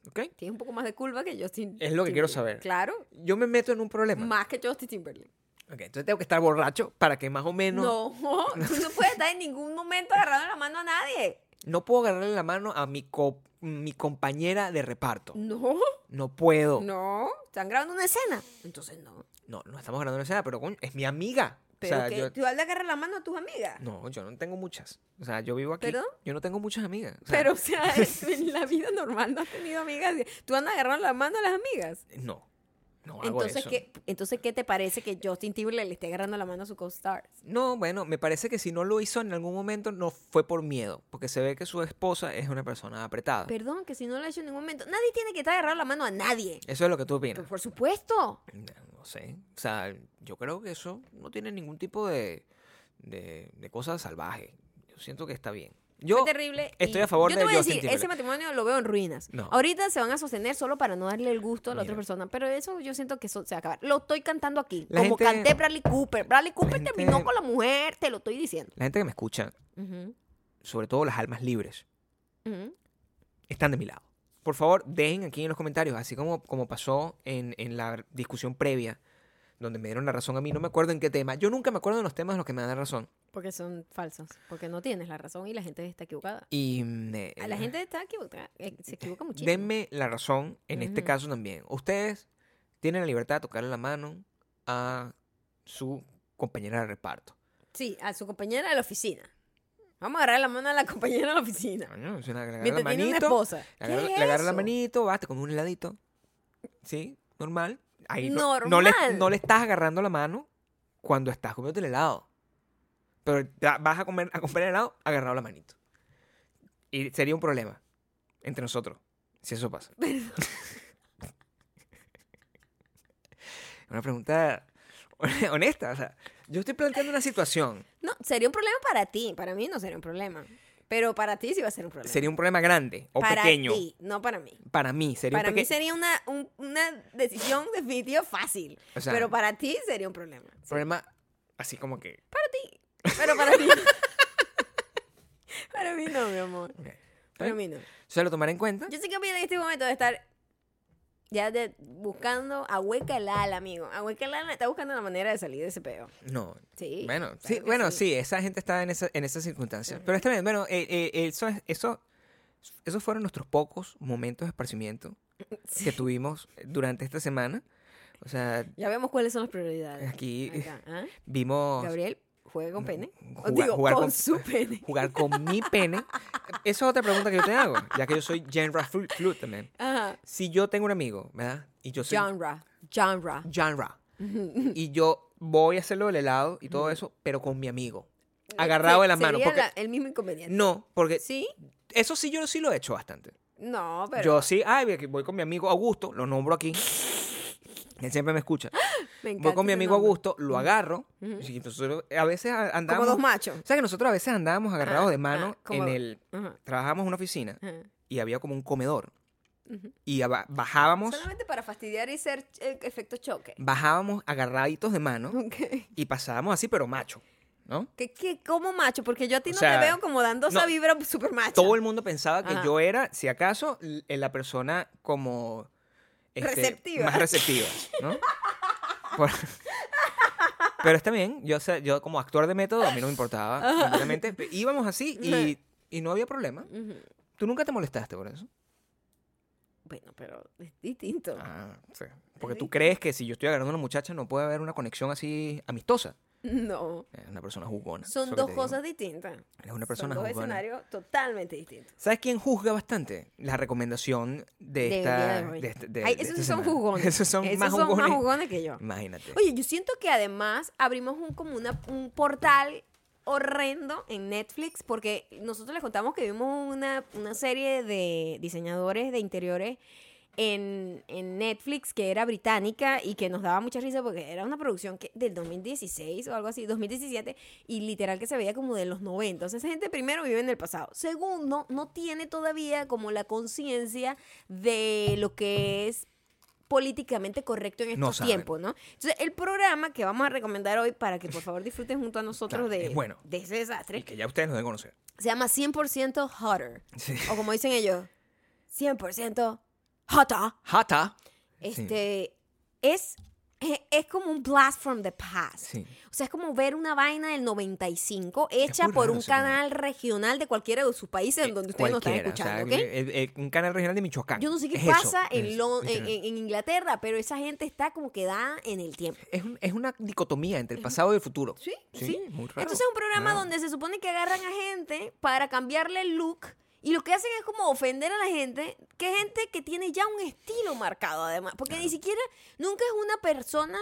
B: ¿ok?
A: Tiene un poco más de culpa que Justin.
B: Es lo que quiero
A: Timberlake.
B: saber.
A: Claro,
B: Yo me meto en un problema.
A: más que Justin Timberlake.
B: Ok, entonces tengo que estar borracho para que más o menos... No,
A: No, tú no puedes estar en ningún momento agarrando la mano a nadie.
B: puedo agarrarle la mano a mi, co- mi compañera de reparto.
A: No,
B: No puedo.
A: no. Están grabando una escena. Entonces no.
B: No, no estamos grabando una escena, pero coño, es mi amiga.
A: Pero
B: o sea,
A: que
B: yo,
A: tú le agarras la mano a tus amigas.
B: No, yo no tengo muchas. O sea, yo vivo aquí.
A: ¿Perdón?
B: Yo no tengo muchas amigas. O sea,
A: Pero, o sea, en la vida normal no has tenido amigas. Tú andas agarrando la mano a las amigas.
B: No. No hago
A: Entonces,
B: eso.
A: ¿qué, entonces, ¿qué te parece que Justin Timberlake le esté agarrando la mano a su co-star?
B: No, bueno, me parece que si no lo hizo en algún momento no fue por miedo, porque se ve que su esposa es una persona apretada.
A: Perdón, que si no lo ha hecho en ningún momento. Nadie tiene que estar agarrando la mano a nadie.
B: Eso es lo que tú
A: Pero
B: opinas.
A: por supuesto.
B: No sé. O sea, yo creo que eso no tiene ningún tipo de, de, de cosa salvaje. Yo siento que está bien. Yo
A: Fue terrible.
B: estoy
A: y
B: a favor
A: yo
B: de
A: te voy a
B: Justin
A: decir,
B: Timberlake.
A: ese matrimonio lo veo en ruinas.
B: No.
A: Ahorita se van a sostener solo para no darle el gusto a la otra
B: Mira.
A: persona, pero eso yo siento que eso se va a acabar. Lo estoy cantando aquí,
B: La
A: como
B: gente-
A: canté Bradley Cooper. Bradley Cooper
B: gente-
A: terminó con la mujer, te lo estoy diciendo.
B: La gente que me escucha,
A: Ujú,
B: sobre todo las almas libres,
A: ujú.
B: están de mi lado. Por favor, dejen aquí en los comentarios, así como, como pasó en, en la discusión previa, donde me dieron la razón a mí, no me acuerdo en qué tema. Yo nunca me acuerdo de los temas en los que me dan la razón.
A: Porque son falsos, porque no tienes la razón y la gente está equivocada.
B: Y mm, eh,
A: A la gente está equivocada, eh, se equivoca muchísimo.
B: denme la razón en este
A: Ujú.
B: caso también. Ustedes tienen la libertad de tocarle la mano a su compañera de reparto.
A: Sí, a su compañera de la oficina. Vamos a agarrar la mano a la compañera de la oficina.
B: Coño, si le agarra la
A: Mientras tiene una
B: manito,
A: esposa.
B: le
A: ¿Qué
B: agarra,
A: es
B: le agarra la
A: eso?
B: manito, vas, te comes un heladito. Sí, normal. Ahí no- No, le,
A: Normal.
B: no le estás agarrando la mano cuando estás comiendo el helado. Pero ya vas a comer a comprar el helado agarrado la manito. Y sería un problema entre nosotros si eso pasa. Una pregunta honesta, o sea, yo estoy planteando una situación,
A: No, sería un problema para ti. Para mí no sería un problema. Pero para ti sí va a ser un problema.
B: sería un problema grande o
A: para
B: pequeño
A: ti, no para mí.
B: para mí, sería un
A: Para mí
B: peque-
A: sería una, un- una decisión definitiva fácil.
B: O sea-
A: pero para ti sería un problema.
B: problema así como que
A: Pero para mí. para mí no, mi amor.
B: Ok.
A: Para
B: Bueno,
A: mí no.
B: Se lo tomaré en cuenta.
A: Yo sé que opina en este momento de estar ya de- buscando a Hueca el ala, amigo. A Hueca el ala está buscando la manera de salir de ese peo.
B: No.
A: Sí.
B: Bueno,
A: claro
B: sí,
A: que
B: bueno, sí. esa gente está en esa, en esas circunstancias. Pero está bien, bueno, eh, eh, eso, es- eso, esos fueron nuestros pocos momentos de esparcimiento que tuvimos durante esta semana. O sea,
A: Ya vemos cuáles son las prioridades.
B: Aquí-
A: Acá, ¿ah?
B: vimos
A: Gabriel juega con pene. O
B: Jugar-
A: digo,
B: jugar
A: con,
B: con-
A: su pene.
B: jugar con mi pene. Esa es otra pregunta que yo te hago, ya que yo soy genre flu, flu también.
A: Ajá.
B: Si yo tengo un amigo, ¿verdad? Y yo soy
A: Genre. Genre.
B: genre. y yo voy a hacerlo del helado y todo eso, pero con mi amigo. Agarrado de las manos.
A: Sería
B: Porque,
A: la- el mismo inconveniente.
B: No, eh, porque
A: ¿Sí?
B: Eso sí, yo sí lo he hecho bastante.
A: No, pero.
B: yo sí, ay, voy- voy con mi amigo Augusto, lo nombro aquí. Él siempre me escucha.
A: me encanta
B: Voy con mi
A: ese
B: amigo
A: nombre.
B: Augusto, lo agarro. y entonces, a veces a-
A: Como
B: andábamos.
A: dos machos.
B: O sea que nosotros a veces andábamos agarrados de mano
A: ah, como-
B: en el.
A: Ajá,
B: Trabajábamos en una oficina
A: ajá.
B: y había como un comedor. Y aba- bajábamos,
A: Solamente para fastidiar y ser eh, efecto choque.
B: bajábamos agarraditos de mano
A: Ok.
B: y pasábamos así, pero macho. ¿No?
A: ¿Qué, qué, ¿Cómo macho? Porque yo a ti
B: O
A: no
B: sea,
A: te veo como dando esa
B: no.
A: vibra super macho.
B: Todo el mundo pensaba que
A: Ajá.
B: yo era, si acaso, l- eh, la persona como... este,
A: Receptiva.
B: Más receptiva, ¿no? Por- Pero está bien, yo, sé- yo como actor de método, a mí no me importaba. completamente. Íbamos así y, y no había problema. Tú nunca te molestaste por eso.
A: Bueno, pero es distinto.
B: Ah, sí. Porque tú crees que si yo estoy agarrando a una muchacha no puede haber una conexión así amistosa.
A: No.
B: Es una persona jugona.
A: Son
B: eso que
A: dos
B: te digo.
A: cosas distintas.
B: Es una persona
A: Son dos
B: jugona.
A: escenarios totalmente distintos.
B: ¿Sabes quién juzga bastante? La recomendación de
A: Del
B: esta.
A: día de hoy.
B: de este- de-
A: Ay,
B: de
A: esos
B: esta
A: sí son
B: semana.
A: jugones.
B: Esos son más
A: son
B: jugones.
A: que yo.
B: Imagínate.
A: Oye, yo siento que además abrimos un, como una- un portal horrendo en Netflix porque nosotros les contamos que vimos una, una serie de diseñadores de interiores en, en Netflix que era británica y que nos daba mucha risa porque era una producción que, del 2016 o algo así, 2017, y literal que se veía como de los 90. Entonces, esa gente primero vive en el pasado. Segundo, no tiene todavía como la conciencia de lo que es políticamente correcto en estos
B: No saben.
A: tiempos, ¿no? Entonces, el programa que vamos a recomendar hoy para que por favor disfruten junto a nosotros
B: Claro,
A: de,
B: es bueno.
A: de ese
B: Y
A: desastre,
B: que ya ustedes nos deben conocer.
A: se llama 100% Hotter.
B: Sí.
A: O como dicen ellos, 100% Hotter.
B: Hata.
A: Este es, es, es como un blast from the past.
B: Sí.
A: O sea, es como ver una vaina del 95 hecha
B: muy
A: por
B: raro
A: un
B: ese programa. Eh,
A: canal regional de cualquiera de sus países en donde ustedes nos están
B: Cualquiera, o sea,
A: escuchando, ¿ok?
B: el- el- un canal regional de Michoacán.
A: Yo no sé qué
B: Es eso,
A: pasa en,
B: es,
A: Lon- en,
B: literal.
A: en- en Inglaterra, pero esa gente está como quedada en el tiempo.
B: Es, un- es una dicotomía entre el pasado y el futuro.
A: Sí, sí.
B: muy raro.
A: Entonces es un programa
B: Claro.
A: donde se supone que agarran a gente para cambiarle el look Y lo que hacen es como ofender a la gente, que gente que tiene ya un estilo marcado además, porque ni siquiera, nunca es una persona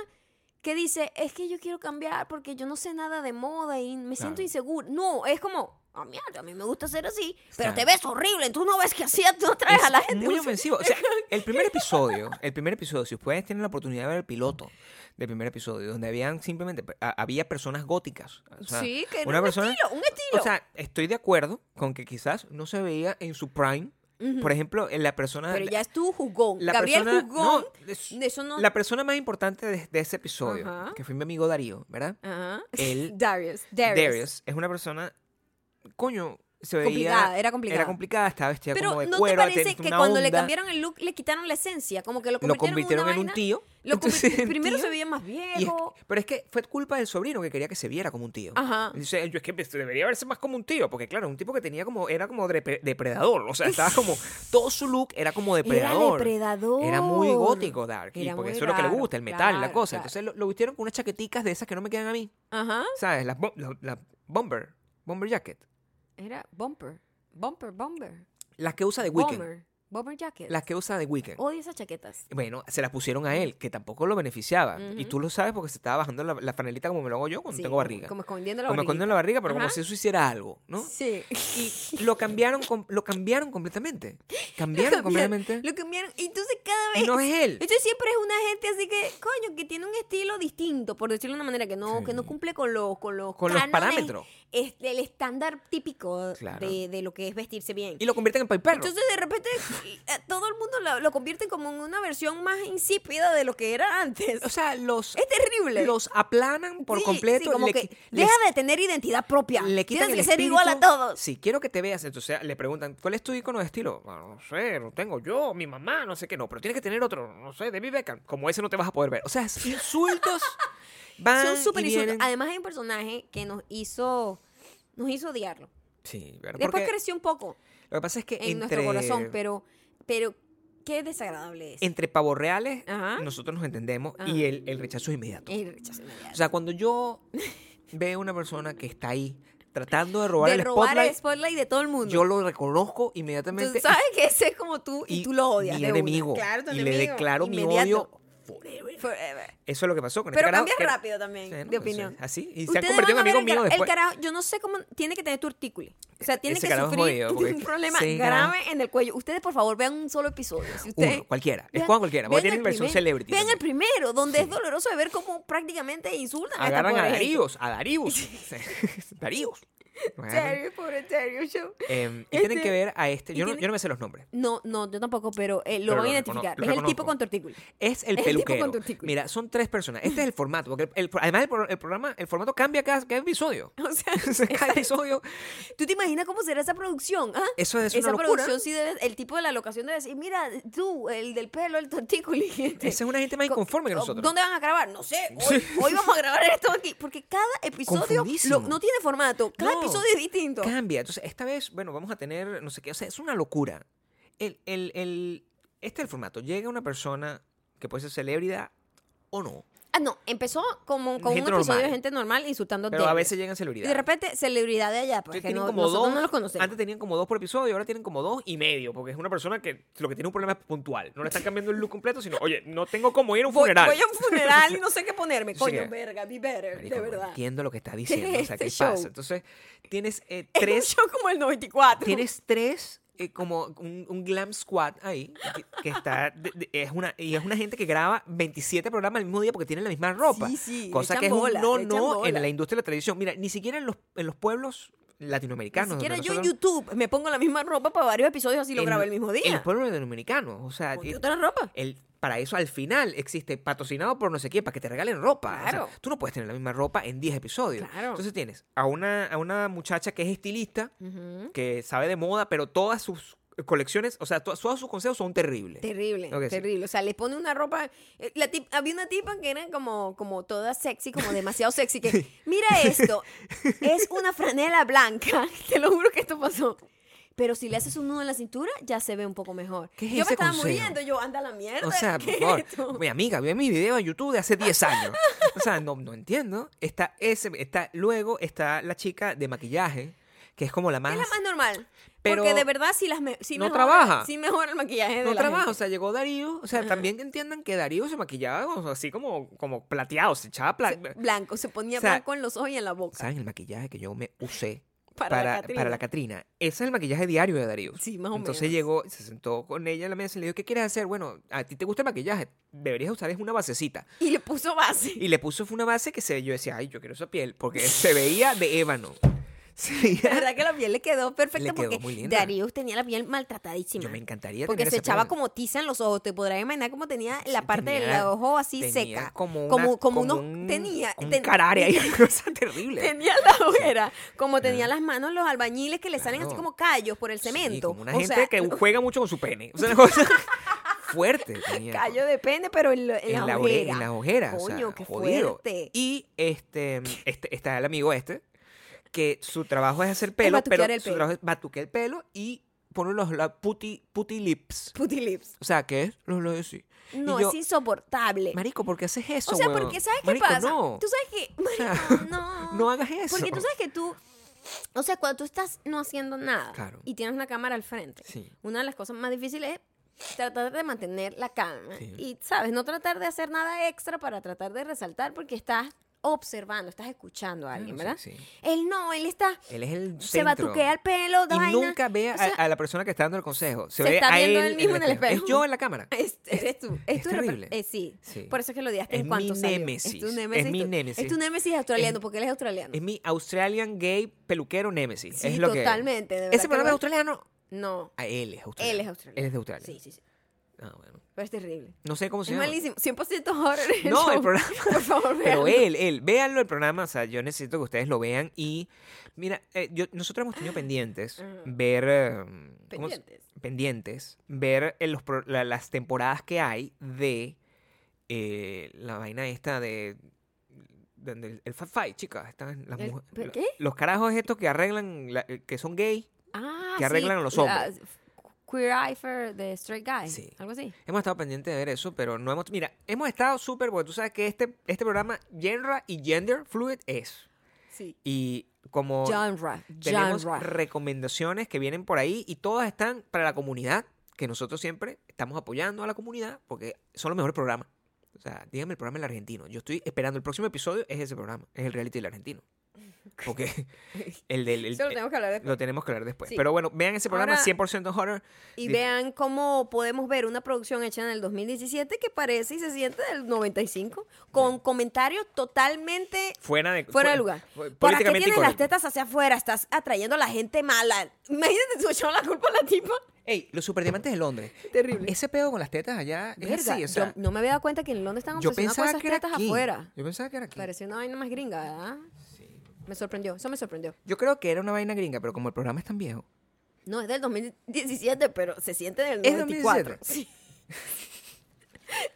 A: que dice, es que yo quiero cambiar porque yo no sé nada de moda y me siento
B: Claro.
A: inseguro. No, es como, ah, mierda, a mí me gusta ser así, pero
B: Claro.
A: te ves horrible, tú no ves que así tú traes a la gente.
B: muy ofensivo. O sea, el primer episodio, el primer episodio, si ustedes tienen la oportunidad de ver el piloto del primer episodio, donde habían simplemente, a- había personas góticas. O sea,
A: Sí, que era
B: una
A: un
B: persona-
A: estilo, un estilo.
B: O sea, estoy de acuerdo con que quizás no se veía en su prime. Por ejemplo, en la persona...
A: Pero ya es tu jugón.
B: la
A: Gabriel
B: persona-
A: Jugón.
B: no, es-
A: de eso no.
B: La persona más importante de, de ese episodio,
A: Ajá.
B: que fue mi amigo Darío, ¿verdad?
A: Ajá.
B: el-
A: Darius. Darius.
B: Darius. es una persona, coño, se veía...
A: Complicada, era complicada.
B: Era complicada, estaba vestida
A: Pero
B: como de
A: ¿no
B: cuero.
A: te parece
B: tenía
A: que
B: una
A: cuando le
B: onda,
A: cambiaron el look le quitaron la esencia? Como que lo
B: Lo
A: convirtieron,
B: convirtieron
A: en,
B: en
A: una
B: un
A: vaina-
B: tío.
A: lo
B: entonces,
A: convirti-
B: el
A: primero
B: tío-
A: se veía más
B: y es
A: viejo.
B: que- pero es que fue culpa del sobrino que quería que se viera como un tío.
A: Ajá.
B: Dice, yo es que debería verse más como un tío, porque claro, un tipo que tenía como, era como depre- depredador. O sea, estaba como, todo su look era como depredador.
A: depredador.
B: Era muy gótico Dark. y
A: Era
B: porque
A: muy
B: eso es lo que le
A: raro,
B: gusta, el metal, y la
A: claro,
B: cosa.
A: claro.
B: Entonces lo, lo vistieron con unas chaqueticas de esas que no me quedan a mí.
A: Ajá.
B: ¿Sabes? Las bo- la, la bomber. Bomber jacket.
A: Era bumper. Bumper, bumper.
B: Las que usa de Weekend.
A: Bomber. Bomber jacket. Oh.
B: Las que usa de Weekend.
A: Odio esas chaquetas.
B: Bueno, se las pusieron a él, que tampoco lo beneficiaba. Y
A: Ujú.
B: tú lo sabes porque se estaba bajando la, la franelita como me lo hago yo cuando
A: Sí,
B: tengo barriga.
A: Como escondiendo la
B: Como me escondo en la barriga, pero como
A: Ajá.
B: si eso hiciera algo, ¿no?
A: Sí.
B: Y lo cambiaron, com- lo cambiaron completamente. Cambiaron completamente.
A: Lo cambiaron. Y entonces cada vez
B: Y no es él.
A: Entonces siempre es una gente así que, coño, que tiene un estilo distinto, por decirlo de una manera, que no, que no
B: Sí.
A: cumple con los, con los,
B: Con los
A: cánones,
B: parámetros.
A: este, el estándar típico
B: Claro.
A: de, de lo que es vestirse bien.
B: Y lo convierten en paipero.
A: Entonces de repente a todo el mundo lo, lo convierte como en una versión más insípida de lo que era antes.
B: O sea, los,
A: Es terrible.
B: los aplanan por
A: Sí,
B: completo.
A: sí, como
B: le
A: que
B: qui-
A: deja
B: les-
A: de tener identidad propia.
B: le quitan
A: Tienes
B: el
A: que ser igual a
B: espíritu.
A: todos.
B: Sí, quiero que te veas. Entonces le preguntan, ¿cuál es tu icono de estilo? "Bueno, no sé, lo tengo yo, mi mamá, no sé qué, no, pero tienes que tener otro, no sé, David Beckham. Como ese no te vas a poder ver. O sea, es insultos. van
A: Son súper
B: y
A: insultos.
B: vienen.
A: Además hay un personaje que nos hizo, nos hizo odiarlo.
B: Sí, pero
A: Después
B: porque
A: creció un poco.
B: lo que pasa es que
A: en
B: entre,
A: nuestro corazón, pero, pero qué desagradable es.
B: entre pavos reales
A: Ajá. Ah.
B: nosotros nos entendemos
A: Ajá.
B: y el, el rechazo es inmediato.
A: El rechazo inmediato.
B: O sea, cuando yo veo a una persona que está ahí tratando de robar,
A: de
B: el,
A: robar
B: spotlight,
A: el spotlight de todo el mundo.
B: yo lo reconozco
A: tú
B: inmediatamente. y-
A: sabes que ese es como tú y, tú lo odias.
B: Mi
A: de una.
B: enemigo.
A: Claro, tu
B: y le
A: enemigo.
B: declaro mi
A: Inmediato.
B: odio. forever.
A: Forever.
B: Eso es lo que pasó con este
A: Pero
B: carajo,
A: cambias
B: que-
A: rápido también,
B: Sí, ¿no?
A: de
B: Entonces,
A: opinión.
B: Así. Y se ha
A: Ustedes
B: convertido en
A: van a ver
B: amigo
A: el cara-
B: mío
A: El
B: después.
A: carajo, yo no sé cómo tiene que tener tortícula. O sea, tiene
B: Ese
A: que
B: carajo es
A: sufrir
B: jodido,
A: de un
B: porque-
A: problema
B: sí,
A: grave
B: carajo.
A: en el cuello. Ustedes, por favor, vean un solo episodio. Si
B: Uno,
A: ustedes-
B: cualquiera. Es
A: vean-
B: Juan cualquiera. Porque
A: vean
B: tienen
A: el
B: versión
A: primer-
B: celebrity.
A: Vean el
B: también.
A: primero, donde es
B: Sí.
A: doloroso de ver cómo prácticamente insultan a esta
B: Agarran a
A: pobre gente.
B: Daríos. A Daríos. Daríos. Lo agarran.
A: Terry, pobre Terry, yo-
B: Em, y
A: Este-
B: tienen que ver a este.
A: y
B: Yo no,
A: tiene-
B: yo no me sé los nombres.
A: No, no, yo tampoco, pero eh, lo van
B: Pero
A: a
B: lo recono-
A: identificar.
B: lo
A: es el tipo
B: reconozco.
A: con tortícula.
B: Es
A: Es
B: el
A: el tipo
B: peluquero.
A: con tortícula.
B: Mira, son tres personas. Este es el formato. Porque el- el- además, el, pro- el programa, el formato cambia cada, cada episodio.
A: O sea,
B: cada episodio.
A: ¿tú te imaginas cómo será esa producción? ah?
B: Eso es
A: Esa
B: una locura.
A: producción sí debe, el tipo de la locación debe decir, mira, tú, el del pelo, el tortícula. y este".
B: Esa es una gente más
A: Co-
B: inconforme que
A: co-
B: nosotros.
A: ¿Dónde van a grabar? No sé, hoy, hoy vamos a grabar esto aquí. Porque cada episodio lo-
B: Confundísimo.
A: no tiene formato, cada
B: No,
A: episodio es distinto.
B: Cambia. Entonces, esta vez, bueno, vamos a tener, no sé qué, o sea, es una locura. El, el, el- este es el formato. Llega una persona que puede ser celebridad o no.
A: Ah, no, empezó como, con un
B: Gente
A: episodio de
B: normal.
A: gente normal insultando
B: Pero a
A: Terry.
B: veces llegan
A: Y
B: celebridades.
A: de repente, celebridad de allá, porque
B: Entonces, tienen
A: no,
B: como
A: nosotros
B: dos-
A: no los conocemos.
B: Antes tenían como dos por episodio y ahora tienen como dos y medio, porque es una persona que lo que tiene un problema es puntual. No le están cambiando el look completo, sino, oye, no tengo como ir a un
A: Voy,
B: funeral.
A: voy a un funeral y no sé qué ponerme.
B: Sí
A: Coño,
B: que-
A: verga, be better,
B: Marico,
A: de
B: no
A: verdad.
B: entiendo lo que está diciendo. o sea,
A: este
B: ¿qué
A: show?
B: pasa? Entonces, tienes eh,
A: Es un
B: tres,
A: show como el 94.
B: tienes tres eh, como un, un glam squad ahí, que, que está, de- de- es una, y es una gente que graba 27 programas al mismo día porque tienen la misma ropa.
A: Sí, sí, le
B: cosa
A: echan
B: que es un
A: bola,
B: no,
A: le echan
B: no
A: bola.
B: en la industria de la televisión. Mira, ni siquiera en los, en los pueblos
A: Ni
B: latinoamericanos.
A: siquiera
B: donde
A: yo en
B: nosotros-
A: YouTube me pongo la misma ropa para varios episodios así lo
B: en-
A: grabo el mismo
B: En los
A: día.
B: pueblos latinoamericanos. O sea,
A: Ponte
B: eh,
A: otra ropa.
B: el, para eso al final existe patrocinado por no sé quién, para que te regalen ropa. O sea,
A: Claro.
B: tú no puedes tener la misma ropa en 10 episodios.
A: Claro.
B: Entonces tienes a una, a una muchacha que es estilista, que sabe de moda, pero todas sus colecciones, o sea, to- todos sus consejos son terribles.
A: Terrible,
B: Ok, sí.
A: terrible. O sea, les pone una ropa. eh, La tip- había una tipa que era como, como toda sexy, como demasiado sexy. Que, mira esto, es una franela blanca. Te lo juro que esto pasó. Pero si le haces un nudo en la cintura, ya se ve un poco mejor.
B: ¿Qué es
A: yo me
B: ese
A: estaba
B: consejo?
A: muriendo, yo, anda a la mierda.
B: O sea,
A: ¿qué
B: por
A: es
B: favor,
A: esto?
B: mi amiga, ve mi video de YouTube de hace 10 años. O sea, no, no entiendo. Está ese, está, luego está la chica de maquillaje que es como la más...
A: Es la más normal.
B: Pero
A: Porque de verdad, si las me- si
B: no
A: mejora-
B: trabaja.
A: Sí mejora el maquillaje. de
B: no
A: la
B: trabaja, o
A: gente.
B: sea, llegó Darío, o sea, también que entiendan que Darío se maquillaba o sea, así como, como plateado, se echaba pla-
A: Blanco, se ponía
B: O sea,
A: blanco en los ojos y en la boca.
B: ¿Saben el maquillaje que yo me usé
A: Para la
B: para,
A: Catrina.
B: para la Catrina? Ese es el maquillaje diario de Darío.
A: Sí, más o
B: Entonces
A: menos.
B: llegó, se sentó con ella en la mesa y le dijo, ¿qué quieres hacer? Bueno, a ti te gusta el maquillaje, deberías usar es una basecita.
A: Y le puso base.
B: Y le puso fue una base que se, yo decía, ay, yo quiero esa piel, porque se veía de ébano. Se veía-
A: La verdad que la piel le quedó perfecta
B: Le quedó
A: porque
B: muy linda.
A: Darío tenía la piel maltratadísima.
B: Yo me encantaría
A: Porque
B: tener
A: se
B: esa
A: echaba
B: piel.
A: como tiza en los ojos. Te podrás imaginar cómo tenía la
B: Sí,
A: parte del
B: tenía-
A: ojo así
B: tenía
A: seca.
B: Como, una-
A: como, como unos-
B: un-
A: tenía,
B: como
A: ten-
B: un carare ahí, una cosa terrible.
A: tenía la ojera. Como tenía las manos los albañiles que le salen así
B: Claro.
A: como callos por el
B: Sí,
A: cemento.
B: como una
A: O
B: gente
A: sea,
B: que
A: lo-
B: juega mucho con su pene. O sea, una cosa fuerte. tenía.
A: callo de pene, pero en, lo- en
B: en
A: la
B: la, ore-
A: ojera.
B: en la ojera. o sea,
A: Coño, qué
B: jodido.
A: fuerte.
B: Y este, este está el amigo este, que su trabajo es hacer pelo, pero
A: batuquear el
B: su
A: pelo.
B: trabajo es batuquear el pelo y poner los la puti, puti lips.
A: Putty lips.
B: O sea, ¿qué es? Los labios así. Y
A: No,
B: yo,
A: es insoportable.
B: Marico, ¿por qué haces eso?
A: o sea,
B: huevón?
A: porque ¿sabes qué
B: Marico,
A: pasa?
B: No.
A: Tú sabes que...
B: sea,
A: Marico, no.
B: no hagas eso.
A: Porque tú sabes que tú, o sea, cuando tú estás no haciendo nada
B: Claro.
A: y tienes una cámara al frente,
B: Sí.
A: una de las cosas más difíciles es tratar de mantener la calma
B: Sí.
A: y, ¿sabes? No tratar de hacer nada extra para tratar de resaltar porque estás observando, estás escuchando a alguien,
B: Claro,
A: ¿verdad?
B: sí, sí.
A: Él no, él está...
B: Él es el
A: Se
B: centro.
A: batuquea el pelo, da
B: y
A: vaina.
B: nunca ve a,
A: O sea,
B: a la persona que está dando el consejo. Se,
A: se
B: ve
A: está
B: a
A: viendo
B: él,
A: él mismo en el espejo.
B: Es yo en la cámara.
A: Es- eres tú. Es,
B: es
A: tu repre-
B: terrible.
A: eh, sí.
B: Sí.
A: Por eso es que lo odiaste
B: Es
A: en cuanto
B: mi
A: salió.
B: némesis.
A: Es tu
B: Es
A: némesis.
B: mi
A: tú- Es
B: némesis.
A: tu némesis australiano,
B: Es-
A: porque él es australiano.
B: Es mi Australian gay peluquero Nemesis.
A: sí,
B: es lo que-
A: totalmente. de verdad
B: Ese
A: que
B: programa es
A: bueno.
B: australiano.
A: No.
B: Ah, él es australiano.
A: Él es australiano.
B: Él es de Australia.
A: Sí, sí, sí.
B: Ah, bueno.
A: Pero es terrible.
B: No sé cómo
A: Es
B: se llama.
A: malísimo. 100% horror.
B: No, el
A: show.
B: programa.
A: Por favor,
B: Pero
A: véanlo.
B: él, él, véanlo el programa, o sea, yo necesito que ustedes lo vean y mira, eh, yo- nosotros hemos tenido pendientes
A: Ajá.
B: ver eh, ¿cómo se-
A: Mm. Pendientes.
B: pendientes ver en los pro- la- las temporadas que hay de eh, la vaina esta de, de- del- el Fat Fight, chicas, están las
A: El-
B: mujer-
A: ¿pero
B: lo-
A: qué?
B: los carajos estos que arreglan la- eh, que son gay.
A: Ah,
B: que arreglan
A: sí,
B: los
A: la-
B: hombres.
A: queer Eye for the Straight Guy.
B: Sí.
A: Algo así.
B: Hemos estado pendientes de ver eso, pero no hemos mira, hemos estado súper porque tú sabes que este este programa Genre y Gender Fluid es
A: Sí.
B: y como
A: Genre.
B: Tenemos
A: Genre.
B: recomendaciones que vienen por ahí y todas están para la comunidad, que nosotros siempre estamos apoyando a la comunidad porque son los mejores programas. O sea, díganme el programa El Argentino. Yo estoy esperando el próximo episodio, es ese programa, es el reality del argentino. Porque el del... el-
A: Eso lo tenemos que hablar después.
B: lo tenemos que hablar después.
A: Sí.
B: Pero bueno, vean ese programa
A: Ahora-
B: 100% horror.
A: Y
B: Dif-
A: vean cómo podemos ver una producción hecha en el 2017 que parece y se siente del 95 con comentarios totalmente
B: Fuera de...
A: Fuera de
B: fu-
A: lugar.
B: fu-
A: ¿Para qué
B: Políticamente
A: tienes las
B: incorrecto.
A: tetas hacia afuera? Estás atrayendo a la gente mala. Imagínate, tú echando la culpa a la tipa.
B: Ey, los superdiamantes de Londres.
A: Terrible.
B: Ese pedo con las tetas allá es
A: Verga,
B: así, o sea,
A: yo no me había dado cuenta que en Londres están
B: yo
A: obsesionados con
B: pensaba
A: esas
B: que era
A: tetas
B: aquí.
A: afuera.
B: Yo pensaba que era aquí.
A: Parecía una vaina más gringa, ¿verdad? Me sorprendió, eso me sorprendió.
B: Yo creo que era una vaina gringa, pero como el programa es tan viejo.
A: No, es del 2017, pero se siente del
B: ¿Es
A: 94.
B: 2017?
A: Sí.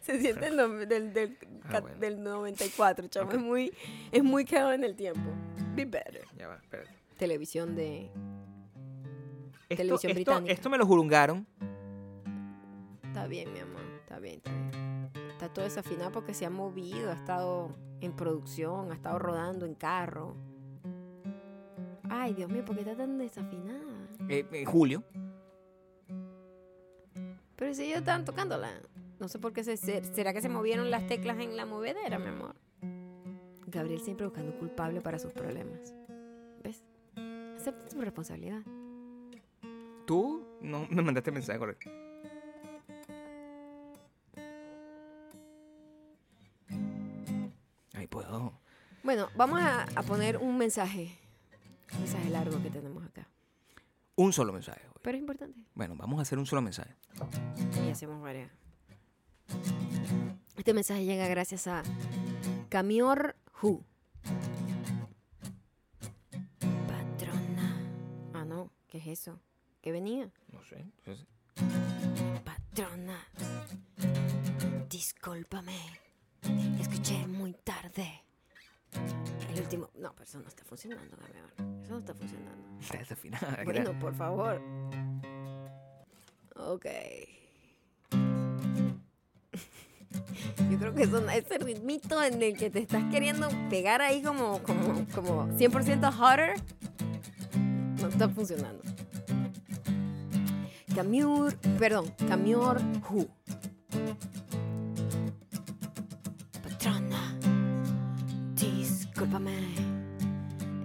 A: se siente del, nom- del, del,
B: Ah, bueno.
A: del 94, chamo.
B: Ok.
A: Es muy, es muy quedado en el tiempo. Be better.
B: Ya va, espérate.
A: Televisión de...
B: Esto,
A: Televisión
B: esto-
A: británica.
B: esto me lo jurungaron.
A: Está bien, mi amor, está bien, está bien. Está todo desafinado porque se ha movido, ha estado en producción, ha estado rodando en carro. Ay, Dios mío, ¿por qué está tan desafinada?
B: eh, en julio.
A: Pero si ellos estaban tocándola. No sé por qué se, se- ¿Será que se movieron las teclas en la movedera, mi amor? Gabriel siempre buscando culpable para sus problemas. ¿Ves? Acepta tu responsabilidad.
B: Tú no me mandaste mensaje correcto. Ay, puedo.
A: Bueno, vamos a, a poner un mensaje. Un mensaje largo que tenemos acá.
B: Un solo mensaje. hoy.
A: Pero es importante.
B: Bueno, vamos a hacer un solo mensaje.
A: Y hacemos varias. Este mensaje llega gracias a Camior Who. Patrona. Ah, no. ¿Qué es eso? ¿Qué venía?
B: No sé. entonces-
A: Patrona. Discúlpame. Escuché muy tarde. El último. No, pero eso no está funcionando, Gabriel. Eso no está funcionando.
B: Está desafinada.
A: Bueno, por favor. Ok. Yo creo que son ese ritmito en el que te estás queriendo pegar ahí como, como, como 100% hotter. No está funcionando. Camiur, perdón, Camior Who. Patrona, discúlpame.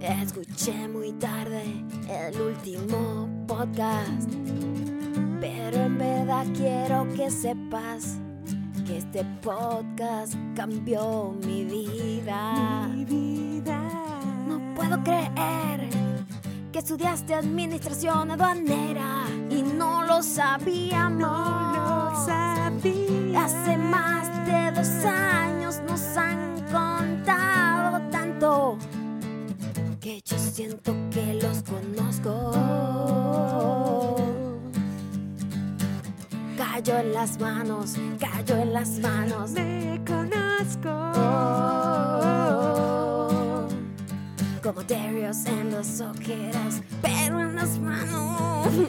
A: Escuché muy tarde el último podcast. Pero en verdad quiero que sepas que este podcast cambió mi vida. No puedo creer que estudiaste administración aduanera y no lo sabíamos. Hace más de dos años nos han contado tanto que yo siento que los conozco. Cayó en las manos, cayó en las manos.
D: Me
A: conozco. Como Darius en las ojeras, pero en las manos.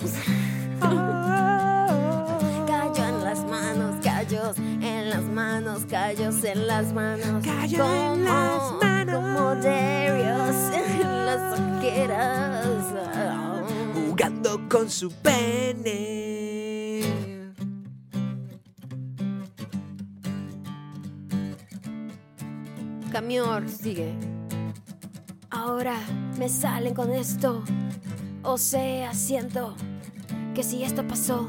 A: Cayó en las manos, cayó en las manos, cayó en las manos.
D: Cayó en las manos.
A: Como Darius en las ojeras. Oh.
B: Jugando con su pene.
A: Camión, sigue. Ahora me salen con esto. O sea, siento que si esto pasó,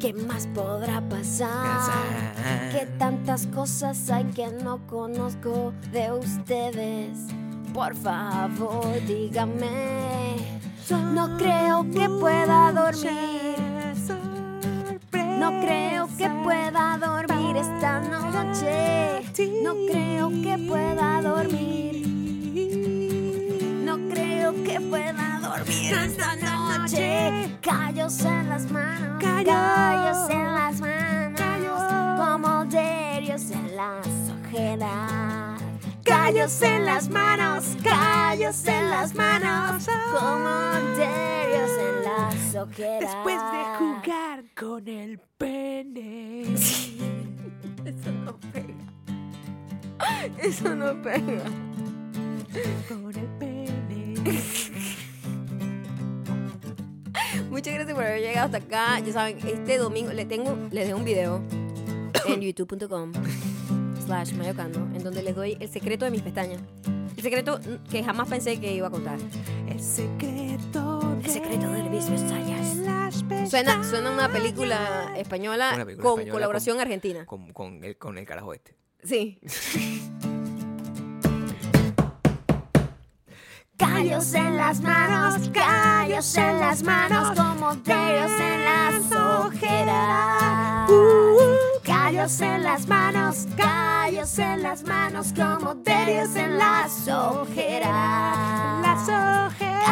A: ¿qué más podrá pasar?
B: Pasar.
A: Que tantas cosas hay que no conozco de ustedes. Por favor, dígame. No creo que pueda dormir. No creo que pueda dormir esta noche. No creo que pueda dormir. No creo que pueda dormir esta noche. Callos en las manos.
D: Callos.
A: Callos en las manos.
D: Callos.
A: Como derios en las ojeras.
D: Callos en las manos,
A: Callos en las manos. Como derios en las ojeras.
D: Después de jugar con el pene.
A: Eso no pega. Eso no pega.
D: Con el pene.
A: Muchas gracias por haber llegado hasta acá. Ya saben, este domingo le tengo, les dejo un video en youtube.com slash mayocando en donde les doy el secreto de mis pestañas. El secreto que jamás pensé que iba a contar.
D: El secreto.
A: El secreto de Elvis Pestañas.
D: Las
A: Suena, suena una película española
B: Una película
A: con
B: española
A: colaboración
B: con-
A: argentina.
B: Con, con el, con el carajo este.
A: Sí. Callos en las manos, callos en las manos, como dedos en las ojeras. Callos en las manos, callos en las manos, como dedos en las ojeras.
D: Las
A: Callos
D: ojeras.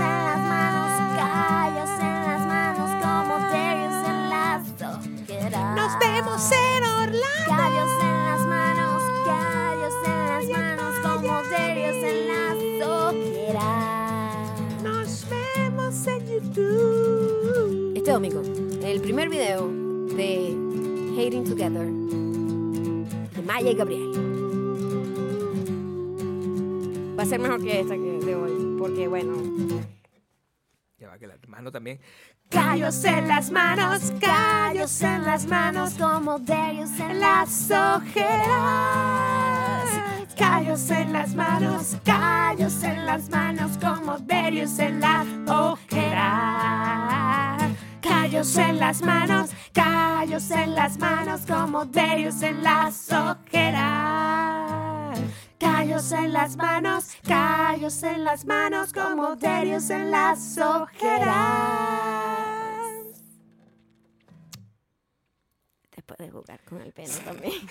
A: en las manos, callos en las manos, como dedos en las ojeras.
D: Nos vemos en Orlando.
A: Callos en las manos, callos en las manos, como serios en las ojeras.
D: Nos vemos en YouTube.
A: Este domingo, el primer video de Hating Together de Maya y Gabriel. Va a ser mejor que esta que de hoy, porque bueno.
B: Ya va, que la mano también.
D: Callos en las manos, callos en las manos,
A: como serios en
D: las ojeras. Callos en las manos, callos en las manos, como Darius en la ojera. Callos en las manos, callos en las manos, como Darius en las ojeras. Callos en las manos, callos en las manos, como Darius en las ojeras.
A: Después de jugar con el pene también.